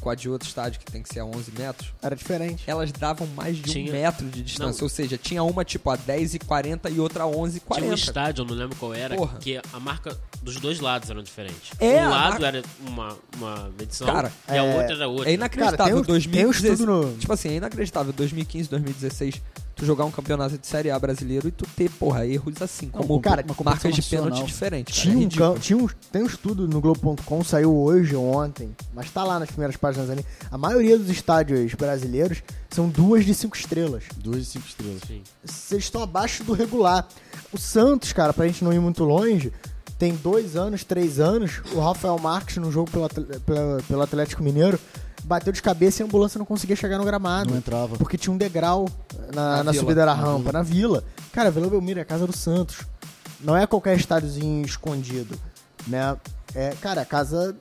[SPEAKER 2] com a de outro estádio, que tem que ser a 11 metros,
[SPEAKER 1] Era diferente.
[SPEAKER 2] elas davam mais de
[SPEAKER 3] Tinha-
[SPEAKER 2] um metro de distância.
[SPEAKER 3] Não.
[SPEAKER 2] Ou seja, tinha uma tipo a 10 e 40 e outra a 11 e
[SPEAKER 3] Tinha um
[SPEAKER 2] 40.
[SPEAKER 3] estádio, eu não lembro qual era,
[SPEAKER 2] Porra.
[SPEAKER 3] que a marca dos dois lados eram diferentes.
[SPEAKER 2] É, a
[SPEAKER 3] um lado
[SPEAKER 2] marca-
[SPEAKER 3] era uma, uma edição
[SPEAKER 2] Cara,
[SPEAKER 3] e a
[SPEAKER 1] é-
[SPEAKER 3] outra era outra.
[SPEAKER 2] É inacreditável.
[SPEAKER 1] Cara, tem um-
[SPEAKER 2] 2016,
[SPEAKER 1] tem um estudo no-
[SPEAKER 2] Tipo assim, é inacreditável. 2015, 2016, tu jogar um campeonato de Série A brasileiro e tu ter, porra, erros assim, como
[SPEAKER 1] cara,
[SPEAKER 4] uma competição
[SPEAKER 2] marcas de pênalti
[SPEAKER 4] nacional.
[SPEAKER 2] diferentes. cara,
[SPEAKER 1] Tinha
[SPEAKER 2] é
[SPEAKER 1] um,
[SPEAKER 2] ridículo.
[SPEAKER 1] cam- tinha um- tem um estudo no Globo.com, saiu hoje ou ontem, mas tá lá nas primeiras páginas ali. A maioria dos estádios brasileiros são duas de cinco estrelas.
[SPEAKER 4] Duas e cinco estrelas.
[SPEAKER 3] Sim.
[SPEAKER 1] Vocês estão abaixo do regular. O Santos, cara, pra gente não ir muito longe, tem dois anos, três anos, o Rafael Marques no jogo pelo, Atl- pela- pelo Atlético Mineiro bateu de cabeça e a ambulância não conseguia chegar no gramado.
[SPEAKER 4] Não entrava.
[SPEAKER 1] Porque tinha um degrau na,
[SPEAKER 2] Na
[SPEAKER 1] na
[SPEAKER 2] vila.
[SPEAKER 1] subida da rampa, na vila. Cara, Vila Belmiro é a casa do Santos. Não é qualquer estádiozinho escondido, né? É, cara, a casa...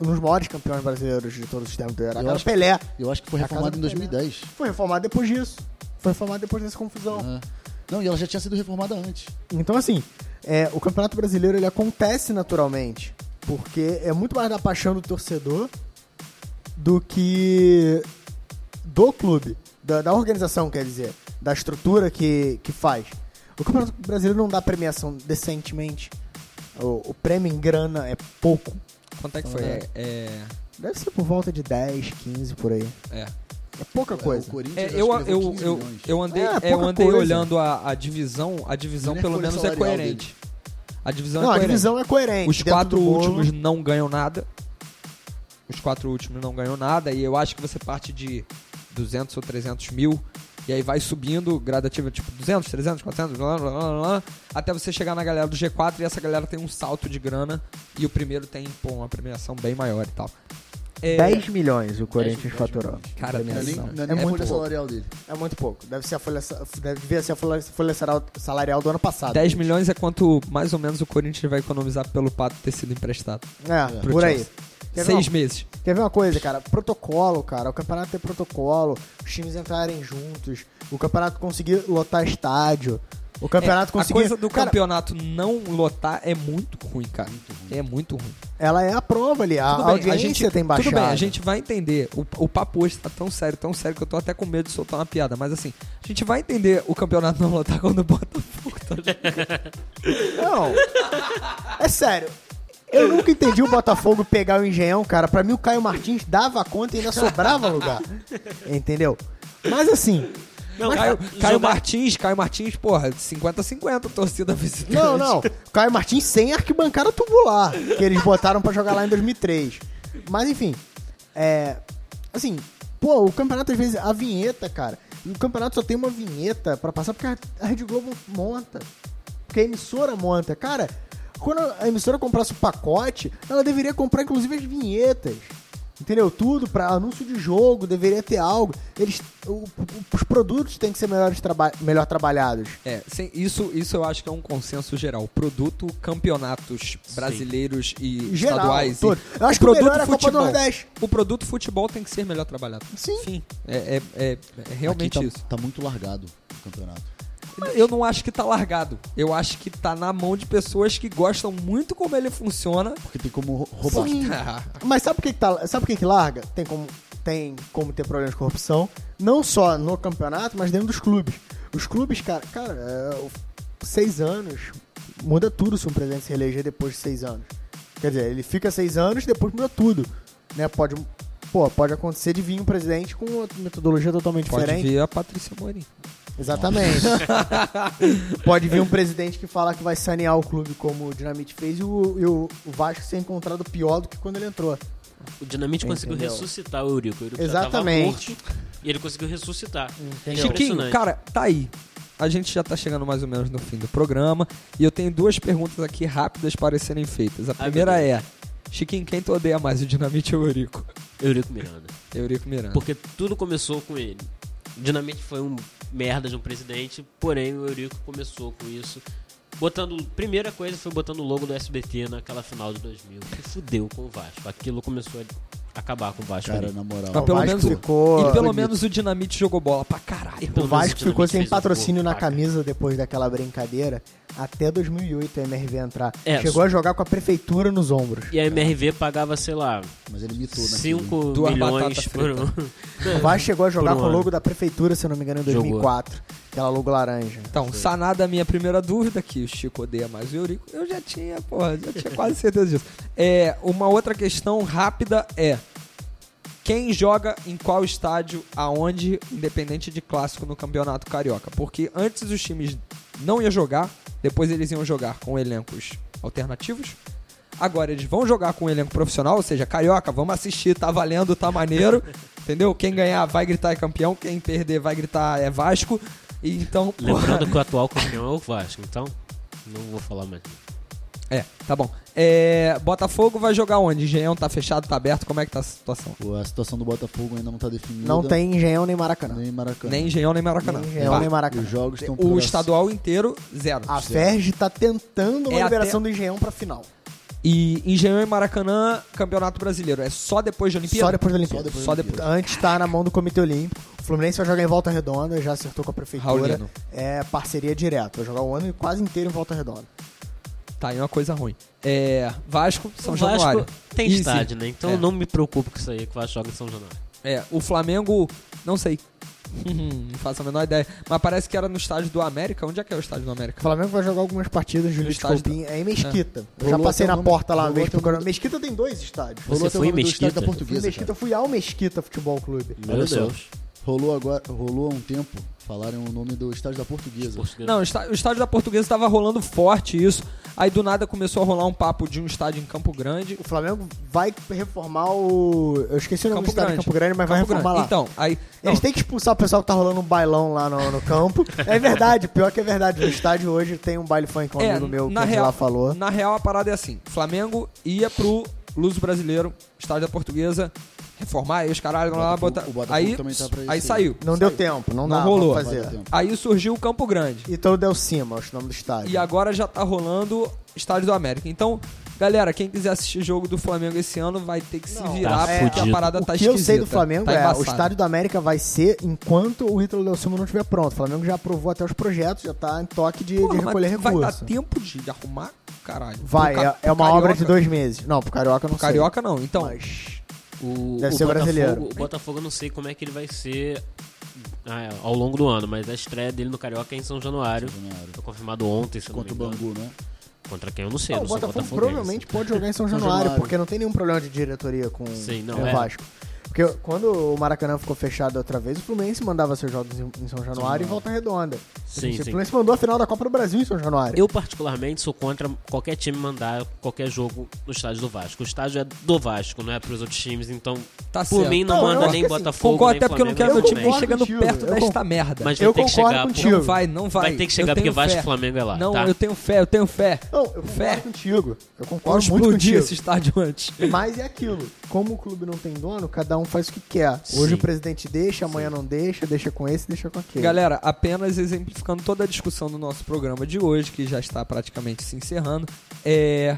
[SPEAKER 1] Um dos maiores campeões brasileiros de todos os tempos. Era a
[SPEAKER 4] Eu
[SPEAKER 1] casa
[SPEAKER 4] acho-
[SPEAKER 1] Pelé.
[SPEAKER 4] Eu acho que foi
[SPEAKER 1] A casa
[SPEAKER 4] reformado em
[SPEAKER 1] do Pelé.
[SPEAKER 4] 2010.
[SPEAKER 1] Foi reformado depois disso. Foi reformado depois dessa confusão.
[SPEAKER 4] né? Não, e ela já tinha sido reformada antes.
[SPEAKER 1] Então, assim, é, o Campeonato Brasileiro ele acontece naturalmente, porque é muito mais da paixão do torcedor do que do clube, da, da organização, quer dizer, da estrutura que, que faz. O Campeonato Brasileiro não dá premiação decentemente. O, o prêmio em grana é pouco.
[SPEAKER 2] Quanto é que foi?
[SPEAKER 1] Então,
[SPEAKER 2] É, é,
[SPEAKER 1] Deve ser por volta de 10, 15 por aí.
[SPEAKER 2] é.
[SPEAKER 1] É pouca
[SPEAKER 4] O
[SPEAKER 1] coisa.
[SPEAKER 4] Corinthians
[SPEAKER 2] É,
[SPEAKER 4] acho
[SPEAKER 2] eu,
[SPEAKER 4] que levou
[SPEAKER 2] eu,
[SPEAKER 4] 15
[SPEAKER 2] eu,
[SPEAKER 4] milhões.
[SPEAKER 2] eu andei,
[SPEAKER 1] É,
[SPEAKER 2] é, eu
[SPEAKER 1] pouca
[SPEAKER 2] andei
[SPEAKER 1] coisa.
[SPEAKER 2] olhando a, a divisão, a divisão
[SPEAKER 4] Ele é
[SPEAKER 2] pelo
[SPEAKER 4] folha
[SPEAKER 2] menos é
[SPEAKER 4] salarial
[SPEAKER 2] coerente. A divisão
[SPEAKER 1] Não,
[SPEAKER 2] é
[SPEAKER 1] a
[SPEAKER 2] coerente.
[SPEAKER 1] divisão é coerente.
[SPEAKER 2] Os
[SPEAKER 1] dentro
[SPEAKER 2] quatro
[SPEAKER 1] do bolo.
[SPEAKER 2] últimos não ganham nada. Os quatro últimos não ganham nada. E eu acho que você parte de 200 ou 300 mil. E aí vai subindo gradativamente, tipo 200, 300, 400, blá, blá, blá, blá, blá, até você chegar na galera do G4 e essa galera tem um salto de grana e o primeiro tem pô, uma premiação bem maior e tal. É,
[SPEAKER 1] 10 milhões o Corinthians faturou.
[SPEAKER 2] Cara,
[SPEAKER 4] Não é nem,
[SPEAKER 2] não.
[SPEAKER 4] não é
[SPEAKER 1] É
[SPEAKER 4] nem a
[SPEAKER 1] muito pouco.
[SPEAKER 4] folha salarial dele.
[SPEAKER 1] É muito pouco. Deve ser a folha, sa- deve devia ser a folha, folha sara- salarial do ano passado.
[SPEAKER 2] 10 milhões é quanto mais ou menos o Corinthians vai economizar pelo Pato ter sido emprestado.
[SPEAKER 1] É,
[SPEAKER 2] Pro
[SPEAKER 1] por aí.
[SPEAKER 2] Chelsea.
[SPEAKER 1] Quer ver,
[SPEAKER 2] Seis
[SPEAKER 1] uma,
[SPEAKER 2] meses.
[SPEAKER 1] quer ver uma coisa, cara? Protocolo, cara. O campeonato tem protocolo. Os times entrarem juntos. O campeonato conseguir lotar estádio. O campeonato
[SPEAKER 2] É, a
[SPEAKER 1] conseguir...
[SPEAKER 2] coisa do
[SPEAKER 1] Cara,
[SPEAKER 2] campeonato não lotar é muito ruim, cara. É muito ruim.
[SPEAKER 1] Ela é a prova ali. A
[SPEAKER 2] Tudo bem,
[SPEAKER 1] audiência
[SPEAKER 2] a gente,
[SPEAKER 1] tem baixado.
[SPEAKER 2] Tudo bem, a gente vai entender. O, o papo hoje tá tão sério, tão sério que eu tô até com medo de soltar uma piada. Mas assim, a gente vai entender o campeonato não lotar quando o Botafogo tá jogando.
[SPEAKER 1] Não. É sério. Eu nunca entendi o Botafogo pegar o Engenhão, cara. Pra mim, o Caio Martins dava conta e ainda sobrava lugar. Entendeu? Mas assim.
[SPEAKER 3] Não,
[SPEAKER 2] Caio,
[SPEAKER 3] jogar-
[SPEAKER 2] Caio Martins, Caio Martins, porra, 50-50 torcida visitante.
[SPEAKER 1] Não, não. O Caio Martins sem arquibancada tubular, que eles botaram pra jogar lá em 2003. Mas enfim, é. Assim, pô, o campeonato às vezes. A vinheta, cara. O campeonato só tem uma vinheta pra passar porque a Rede Globo monta. Porque a emissora monta. Cara, quando a emissora comprasse o pacote, ela deveria comprar inclusive as vinhetas. Entendeu? Tudo pra anúncio de jogo, deveria ter algo. Eles, o- o- os produtos têm que ser melhores traba- melhor trabalhados.
[SPEAKER 2] É, sem- isso, isso eu acho que é um consenso geral. Produto, campeonatos brasileiros e
[SPEAKER 1] Geral,
[SPEAKER 2] estaduais.
[SPEAKER 1] todo.
[SPEAKER 2] E
[SPEAKER 1] Eu
[SPEAKER 2] o
[SPEAKER 1] acho que o
[SPEAKER 2] produto
[SPEAKER 1] melhor é a Copa do
[SPEAKER 2] futebol.
[SPEAKER 1] Nordeste.
[SPEAKER 2] O produto futebol tem que ser melhor trabalhado.
[SPEAKER 1] Sim.
[SPEAKER 2] É, é- é- é realmente
[SPEAKER 4] Aqui tá,
[SPEAKER 2] isso.
[SPEAKER 4] tá muito largado o campeonato.
[SPEAKER 2] Eu não acho que tá largado. Eu acho que tá na mão de pessoas que gostam muito como ele funciona.
[SPEAKER 4] Porque tem como rou- roubar.
[SPEAKER 1] Sim. Mas sabe por que, que tá, sabe por que, que larga? Tem como, tem como ter problema de corrupção, não só no campeonato, mas dentro dos clubes. Os clubes, cara, cara, é, o- seis anos muda tudo se um presidente se reeleger depois de seis anos. Quer dizer, ele fica seis anos, depois muda tudo, né? Pode, pô, pode acontecer de vir um presidente com uma metodologia totalmente
[SPEAKER 2] Pode
[SPEAKER 1] diferente.
[SPEAKER 2] ver a Patrícia Morim.
[SPEAKER 1] Exatamente. Pode vir um presidente que fala que vai sanear o clube como o Dinamite fez e o, e o o Vasco ser encontrado pior do que quando ele entrou.
[SPEAKER 3] O Dinamite conseguiu
[SPEAKER 1] Entendeu.
[SPEAKER 3] ressuscitar o Eurico. O Eurico
[SPEAKER 1] Exatamente.
[SPEAKER 3] já tava morto e ele conseguiu ressuscitar.
[SPEAKER 1] Entendeu?
[SPEAKER 2] Chiquinho,
[SPEAKER 3] Impressionante.
[SPEAKER 2] cara, tá aí. A gente já tá chegando mais ou menos no fim do programa. E eu tenho duas perguntas aqui rápidas para serem feitas. A
[SPEAKER 3] Ai,
[SPEAKER 2] primeira
[SPEAKER 3] meu
[SPEAKER 2] é: Chiquinho, quem tu odeia mais, o Dinamite ou o Eurico?
[SPEAKER 3] Eurico Miranda.
[SPEAKER 2] Eurico Miranda.
[SPEAKER 3] Porque tudo começou com ele. O Dinamite foi um merda de um presidente, porém o Eurico começou com isso. Botando, primeira coisa foi botando o logo do SBT naquela final de 2000, que fudeu com o Vasco. Aquilo começou a acabar com o Vasco.
[SPEAKER 4] Cara,
[SPEAKER 3] ali.
[SPEAKER 4] na moral.
[SPEAKER 2] Mas pelo
[SPEAKER 1] Vasco
[SPEAKER 2] menos,
[SPEAKER 1] ficou-
[SPEAKER 2] e pelo
[SPEAKER 1] bonito.
[SPEAKER 2] menos o Dinamite jogou bola pra caralho.
[SPEAKER 1] O
[SPEAKER 3] Pelo menos
[SPEAKER 1] Vasco
[SPEAKER 3] o Dinamite
[SPEAKER 1] ficou sem
[SPEAKER 3] fez um
[SPEAKER 1] patrocínio
[SPEAKER 3] gol,
[SPEAKER 1] na
[SPEAKER 3] tá, cara.
[SPEAKER 1] camisa depois daquela brincadeira até 2008 a MRV entrar.
[SPEAKER 3] É,
[SPEAKER 1] Chegou a jogar com a prefeitura nos ombros.
[SPEAKER 3] E a MRV pagava, sei lá,
[SPEAKER 4] Mas ele mitou, né?
[SPEAKER 3] 5
[SPEAKER 2] Duas
[SPEAKER 3] milhões
[SPEAKER 2] batatas
[SPEAKER 3] por um.
[SPEAKER 1] O Vasco chegou a jogar
[SPEAKER 3] Por um
[SPEAKER 1] com o logo
[SPEAKER 3] ano.
[SPEAKER 1] da prefeitura, se eu não me engano, em
[SPEAKER 3] Jogou.
[SPEAKER 1] 2004. Aquela logo laranja.
[SPEAKER 2] Então, sanada a minha primeira dúvida, que o Chico odeia mais o Eurico, eu já tinha, porra, já tinha quase certeza disso. É, uma outra questão rápida é: quem joga em qual estádio, aonde, independente de clássico no Campeonato Carioca? Porque antes os times não iam jogar, depois eles iam jogar com elencos alternativos. Agora eles vão jogar com o elenco profissional, ou seja, carioca, vamos assistir, tá valendo, tá maneiro, entendeu? Quem ganhar vai gritar é campeão, quem perder vai gritar é Vasco. E então, porra,
[SPEAKER 3] Lembrando que o atual campeão é o Vasco, então não vou falar mais.
[SPEAKER 2] É, tá bom. É, Botafogo vai jogar onde? Engenhão tá fechado, tá aberto? Como é que tá a situação?
[SPEAKER 4] Pô, A situação do Botafogo ainda não tá definida.
[SPEAKER 1] Não tem Engenhão nem Maracanã.
[SPEAKER 4] Nem Maracanã.
[SPEAKER 2] Nem Engenhão, nem Maracanã.
[SPEAKER 1] Nem Engenhão, nem
[SPEAKER 2] Tá.
[SPEAKER 1] Maracanã.
[SPEAKER 4] Os jogos estão
[SPEAKER 2] O
[SPEAKER 4] pra-
[SPEAKER 2] estadual inteiro, zero.
[SPEAKER 1] A Ferg tá tentando uma
[SPEAKER 2] É
[SPEAKER 1] liberação do Engenhão pra final.
[SPEAKER 2] E Engenhão e Maracanã, Campeonato Brasileiro. É só depois de Olimpíada?
[SPEAKER 1] Só depois da Olimpíada.
[SPEAKER 2] Só depois.
[SPEAKER 1] Antes tá na mão do Comitê Olímpico. O Fluminense vai jogar em volta redonda, já acertou com a prefeitura.
[SPEAKER 2] Raulino.
[SPEAKER 1] É parceria direta. Vai jogar o ano quase inteiro em volta redonda.
[SPEAKER 2] Tá, e uma coisa ruim. É, Vasco, São
[SPEAKER 3] o Vasco
[SPEAKER 2] Januário.
[SPEAKER 3] tem
[SPEAKER 2] Easy.
[SPEAKER 3] estádio, né? Então
[SPEAKER 2] É.
[SPEAKER 3] não me preocupo com isso aí, que o Vasco joga em São Januário.
[SPEAKER 2] É, o Flamengo, não sei. não faço a menor ideia. Mas parece que era no estádio do América. Onde é que é o estádio do
[SPEAKER 1] O
[SPEAKER 2] América?
[SPEAKER 1] Flamengo vai jogar algumas partidas de Luiz
[SPEAKER 2] estádio
[SPEAKER 1] Copim. É em Mesquita. Eu já
[SPEAKER 4] Rolou
[SPEAKER 1] passei
[SPEAKER 4] até
[SPEAKER 1] na
[SPEAKER 4] o nome-
[SPEAKER 1] porta lá uma
[SPEAKER 4] rolou
[SPEAKER 1] vez.
[SPEAKER 4] até o
[SPEAKER 1] Procurando.
[SPEAKER 4] nome-
[SPEAKER 1] Mesquita tem dois estádios.
[SPEAKER 3] Você
[SPEAKER 4] Rolou até o
[SPEAKER 3] foi em
[SPEAKER 4] nome do estádio da
[SPEAKER 3] Mesquita?
[SPEAKER 1] Eu fui, em
[SPEAKER 4] portuguesa,
[SPEAKER 1] Mesquita, eu
[SPEAKER 4] cara.
[SPEAKER 1] fui ao Mesquita Futebol Clube.
[SPEAKER 3] Meu
[SPEAKER 4] Olha só.
[SPEAKER 3] Deus.
[SPEAKER 4] Rolou agora, rolou há um tempo, falaram o nome do estádio da portuguesa.
[SPEAKER 3] Português.
[SPEAKER 2] Não, o está- o estádio da Portuguesa estava rolando forte isso. Aí do nada começou a rolar um papo de um estádio em Campo Grande.
[SPEAKER 1] O Flamengo vai reformar o. Eu esqueci o nome
[SPEAKER 2] Campo
[SPEAKER 1] do um estádio de
[SPEAKER 2] Grande.
[SPEAKER 1] Campo Grande, mas vai
[SPEAKER 2] Campo
[SPEAKER 1] reformar
[SPEAKER 2] Grande.
[SPEAKER 1] lá.
[SPEAKER 2] Então, aí. não,
[SPEAKER 1] Eles têm que expulsar o pessoal que tá rolando um bailão lá no, no campo. É verdade, pior que é verdade. No estádio hoje tem um baile funk, um amigo meu que lá falou.
[SPEAKER 2] É, Na real, a parada é assim: Flamengo ia pro Luso Brasileiro, estádio da Portuguesa, reformar, aí os caralho lá,
[SPEAKER 4] Botafogo-
[SPEAKER 2] botar.
[SPEAKER 4] o Botafogo
[SPEAKER 2] Aí,
[SPEAKER 4] também tá pra isso
[SPEAKER 2] aí
[SPEAKER 4] aí.
[SPEAKER 2] saiu.
[SPEAKER 1] Não deu tempo, não,
[SPEAKER 2] Não
[SPEAKER 1] dá
[SPEAKER 2] rolou.
[SPEAKER 1] pra
[SPEAKER 4] Vai dar
[SPEAKER 1] fazer.
[SPEAKER 4] tempo.
[SPEAKER 2] Aí surgiu o Campo Grande.
[SPEAKER 1] Então deu cima, acho o nome do estádio.
[SPEAKER 2] E agora já tá rolando Estádio do América. Então, galera, quem quiser assistir jogo do Flamengo esse ano vai ter que se
[SPEAKER 1] Não,
[SPEAKER 2] virar,
[SPEAKER 3] tá
[SPEAKER 2] porque a
[SPEAKER 3] fudido.
[SPEAKER 2] parada
[SPEAKER 1] o
[SPEAKER 2] tá
[SPEAKER 1] que
[SPEAKER 2] esquisita.
[SPEAKER 1] eu sei do Flamengo
[SPEAKER 2] tá
[SPEAKER 1] é o
[SPEAKER 2] embaçada.
[SPEAKER 1] estádio da América vai ser enquanto o Ítalo Del Silva não estiver pronto. O Flamengo já aprovou até os projetos, já tá em toque de, de
[SPEAKER 2] Porra, mas
[SPEAKER 1] recolher
[SPEAKER 2] Vai
[SPEAKER 1] recursos.
[SPEAKER 2] dar tempo de de arrumar, caralho.
[SPEAKER 1] Vai,
[SPEAKER 2] Pro ca-
[SPEAKER 1] é, é
[SPEAKER 2] pro
[SPEAKER 1] uma obra de
[SPEAKER 2] Carioca-
[SPEAKER 1] dois meses. Não, pro Carioca eu não
[SPEAKER 2] pro Carioca não, então.
[SPEAKER 1] sei. Mas...
[SPEAKER 3] O,
[SPEAKER 1] Deve
[SPEAKER 3] o
[SPEAKER 1] ser
[SPEAKER 3] Botafogo,
[SPEAKER 1] brasileiro.
[SPEAKER 3] O Botafogo eu não sei como é que ele vai ser ah, ao longo do ano, mas a estreia dele no Carioca é em São Januário.
[SPEAKER 4] Januário.
[SPEAKER 3] Foi confirmado ontem, se eu não
[SPEAKER 4] Contra o
[SPEAKER 3] me engano.
[SPEAKER 4] Bangu, né?
[SPEAKER 3] Contra quem eu não sei,
[SPEAKER 1] Não,
[SPEAKER 3] eu
[SPEAKER 1] Ah, o
[SPEAKER 3] não sou
[SPEAKER 1] Botafogo
[SPEAKER 3] botafoguense.
[SPEAKER 1] provavelmente pode jogar em São,
[SPEAKER 4] São
[SPEAKER 1] Januário,
[SPEAKER 4] Januário.
[SPEAKER 1] porque não tem nenhum problema de diretoria com,
[SPEAKER 3] Sim, não,
[SPEAKER 1] com o
[SPEAKER 3] é.
[SPEAKER 1] Vasco. Porque quando o Maracanã ficou fechado outra vez, o Fluminense mandava seus jogos em em São Januário e volta redonda. Tipo,
[SPEAKER 3] Sim,
[SPEAKER 1] o
[SPEAKER 3] sim.
[SPEAKER 1] Fluminense mandou a final da Copa do Brasil em São Januário.
[SPEAKER 3] Eu, particularmente, sou contra qualquer time mandar qualquer jogo no estádio do Vasco. O estádio é do Vasco, não é pros outros times, então,
[SPEAKER 2] Tá
[SPEAKER 3] por
[SPEAKER 2] certo.
[SPEAKER 3] mim, não,
[SPEAKER 1] Não, eu
[SPEAKER 3] manda
[SPEAKER 1] acho
[SPEAKER 3] nem
[SPEAKER 1] que assim,
[SPEAKER 3] Botafogo,
[SPEAKER 2] Concordo
[SPEAKER 3] nem
[SPEAKER 2] até porque eu não quero meu
[SPEAKER 3] Flamengo, é
[SPEAKER 1] Eu
[SPEAKER 2] time
[SPEAKER 1] concordo
[SPEAKER 2] chegando
[SPEAKER 1] contigo,
[SPEAKER 2] perto
[SPEAKER 1] eu
[SPEAKER 2] desta
[SPEAKER 1] concordo.
[SPEAKER 2] merda.
[SPEAKER 3] Mas
[SPEAKER 1] Eu
[SPEAKER 3] vai ter que
[SPEAKER 1] concordo
[SPEAKER 3] chegar, pô.
[SPEAKER 1] contigo.
[SPEAKER 2] Não vai, não vai.
[SPEAKER 3] Vai ter que
[SPEAKER 2] Eu
[SPEAKER 3] chegar porque
[SPEAKER 2] tenho
[SPEAKER 3] Vasco
[SPEAKER 2] fé.
[SPEAKER 3] e Flamengo é lá,
[SPEAKER 2] Não,
[SPEAKER 3] tá?
[SPEAKER 2] eu tenho fé, eu tenho fé.
[SPEAKER 1] Não, Então, eu concordo
[SPEAKER 2] Fé.
[SPEAKER 1] contigo. Eu
[SPEAKER 2] Vamos
[SPEAKER 1] concordo muito
[SPEAKER 2] explodir
[SPEAKER 1] contigo.
[SPEAKER 2] esse estádio antes.
[SPEAKER 1] Mas é aquilo. Como o clube não tem dono, cada um faz o que quer. Hoje
[SPEAKER 3] Sim.
[SPEAKER 1] o presidente deixa, amanhã não deixa, deixa com esse, deixa com aquele.
[SPEAKER 2] Galera, apenas exemplificando toda a discussão do nosso programa de hoje, que já está praticamente se encerrando, é.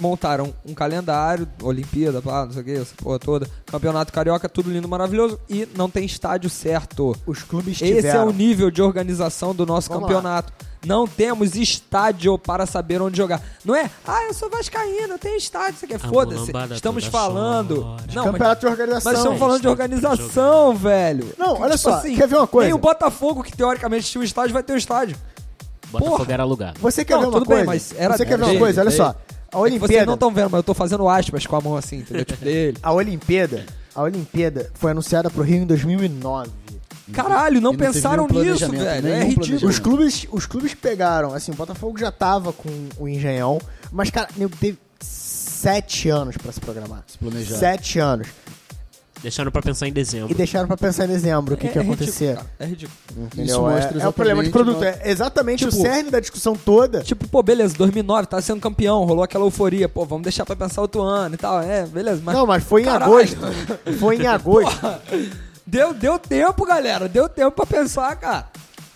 [SPEAKER 2] Montaram um calendário, Olimpíada, pá, não sei o que, essa porra toda, Campeonato Carioca, tudo lindo, maravilhoso, e não tem estádio certo.
[SPEAKER 1] os clubes tiveram.
[SPEAKER 2] Esse é o nível de organização do nosso
[SPEAKER 1] Vamos
[SPEAKER 2] campeonato. Não temos estádio para saber onde jogar. Não é, ah, eu sou vascaíno, eu tenho estádio, isso aqui é
[SPEAKER 3] A
[SPEAKER 2] foda-se.
[SPEAKER 3] mulambada
[SPEAKER 2] Estamos
[SPEAKER 3] toda
[SPEAKER 2] falando...
[SPEAKER 3] chora.
[SPEAKER 2] Não, mas-
[SPEAKER 1] Campeonato de organização.
[SPEAKER 2] mas estamos falando de organização, velho.
[SPEAKER 1] Não, olha
[SPEAKER 2] Tipo
[SPEAKER 1] só,
[SPEAKER 2] assim,
[SPEAKER 1] quer ver uma coisa?
[SPEAKER 2] Nem o Botafogo, que teoricamente tinha um estádio, vai ter um estádio.
[SPEAKER 3] Botafogo
[SPEAKER 2] Porra.
[SPEAKER 3] era alugado.
[SPEAKER 1] Você quer
[SPEAKER 2] Não,
[SPEAKER 1] ver uma
[SPEAKER 2] tudo
[SPEAKER 1] coisa?
[SPEAKER 2] bem, mas era
[SPEAKER 1] Você quer ver uma
[SPEAKER 2] dele,
[SPEAKER 1] coisa? Olha
[SPEAKER 2] dele.
[SPEAKER 1] só. A
[SPEAKER 2] É que vocês
[SPEAKER 1] Olimpíada.
[SPEAKER 2] não estão vendo, mas eu tô fazendo aspas com a mão assim, entendeu? Tipo dele.
[SPEAKER 1] A Olimpíada. A Olimpíada foi anunciada pro Rio em 2009.
[SPEAKER 2] Caralho, não
[SPEAKER 4] E não teve
[SPEAKER 2] pensaram
[SPEAKER 4] nenhum
[SPEAKER 2] nisso,
[SPEAKER 4] planejamento,
[SPEAKER 2] velho. É
[SPEAKER 4] nenhum
[SPEAKER 2] ridículo.
[SPEAKER 1] Os
[SPEAKER 4] planejamento.
[SPEAKER 1] clubes, os clubes pegaram, assim, o Botafogo já tava com o Engenhão, mas, cara, nego, teve sete anos pra se programar.
[SPEAKER 4] Se planejar.
[SPEAKER 1] Sete anos.
[SPEAKER 3] Deixaram pra pensar em dezembro.
[SPEAKER 1] E deixaram pra pensar em dezembro o que,
[SPEAKER 2] É
[SPEAKER 1] que ia
[SPEAKER 2] ridículo,
[SPEAKER 1] acontecer.
[SPEAKER 2] cara, É ridículo.
[SPEAKER 1] Entendeu?
[SPEAKER 4] Isso mostra
[SPEAKER 1] é, é o problema de
[SPEAKER 4] exatamente
[SPEAKER 1] produto.
[SPEAKER 4] no-
[SPEAKER 1] É exatamente o
[SPEAKER 2] Tipo-
[SPEAKER 1] cerne da discussão toda.
[SPEAKER 2] Tipo, pô, beleza, 2009, tá sendo campeão, rolou aquela euforia, pô, vamos deixar pra pensar outro ano e tal, é, beleza, mas...
[SPEAKER 1] não, mas foi em
[SPEAKER 2] Caralho.
[SPEAKER 1] agosto. Foi em agosto.
[SPEAKER 2] Deu, deu tempo, galera, deu tempo pra pensar, cara.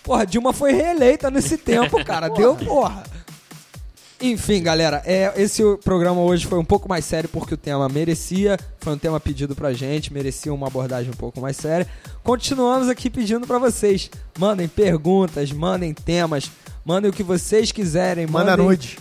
[SPEAKER 2] Porra, Dilma foi reeleita nesse tempo, cara, deu porra. Enfim, galera, é, esse programa hoje foi um pouco mais sério porque o tema merecia, foi um tema pedido pra gente, merecia uma abordagem um pouco mais séria. Continuamos aqui pedindo pra vocês, mandem perguntas, mandem temas, mandem o que vocês quiserem,
[SPEAKER 1] Manda
[SPEAKER 2] mandem-
[SPEAKER 1] nude.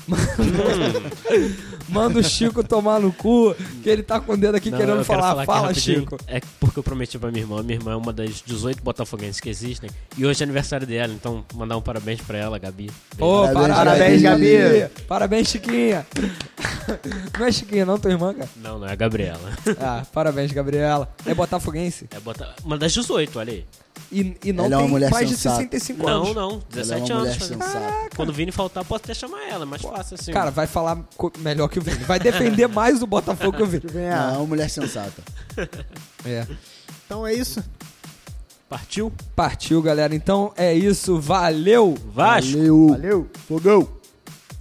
[SPEAKER 2] Manda o Chico tomar no cu, que ele tá com o dedo aqui
[SPEAKER 3] Não,
[SPEAKER 2] querendo
[SPEAKER 3] eu quero
[SPEAKER 2] falar.
[SPEAKER 3] aqui
[SPEAKER 2] Fala,
[SPEAKER 3] rapidinho.
[SPEAKER 2] Chico.
[SPEAKER 3] É porque eu prometi pra minha irmã. Minha irmã é uma das 18 botafoguenses que existem. E hoje é aniversário dela, então mandar um parabéns pra ela, Gabi.
[SPEAKER 2] Ô,
[SPEAKER 4] Parabéns,
[SPEAKER 2] parabéns,
[SPEAKER 1] parabéns,
[SPEAKER 2] Gabi.
[SPEAKER 1] Gabi.
[SPEAKER 2] Parabéns, Chiquinha. Não é Chiquinha, não, tua irmã, cara.
[SPEAKER 3] Não, não, é a Gabriela.
[SPEAKER 2] Ah, parabéns, Gabriela. É botafoguense.
[SPEAKER 3] É bota... uma das 18, olha aí.
[SPEAKER 2] E, e não
[SPEAKER 4] Ela é uma
[SPEAKER 2] tem
[SPEAKER 4] mulher
[SPEAKER 2] mais
[SPEAKER 4] sensata.
[SPEAKER 2] de 65 anos.
[SPEAKER 3] Não, não,
[SPEAKER 4] Ela é
[SPEAKER 3] 17
[SPEAKER 4] uma
[SPEAKER 3] anos.
[SPEAKER 4] mulher
[SPEAKER 3] fazendo-
[SPEAKER 4] sensata.
[SPEAKER 3] Quando o Vini faltar, posso até chamar ela, é mais fácil assim.
[SPEAKER 2] Cara, vai falar co- melhor que o Vini. Vai defender mais o Botafogo que o Vini.
[SPEAKER 1] Vem,
[SPEAKER 4] Não, é
[SPEAKER 1] ah,
[SPEAKER 4] uma mulher sensata.
[SPEAKER 2] É.
[SPEAKER 1] Então é isso.
[SPEAKER 3] partiu?
[SPEAKER 2] Partiu, galera. Então é isso. Valeu!
[SPEAKER 3] Vasco!
[SPEAKER 4] Valeu.
[SPEAKER 1] Valeu.
[SPEAKER 4] Fogão.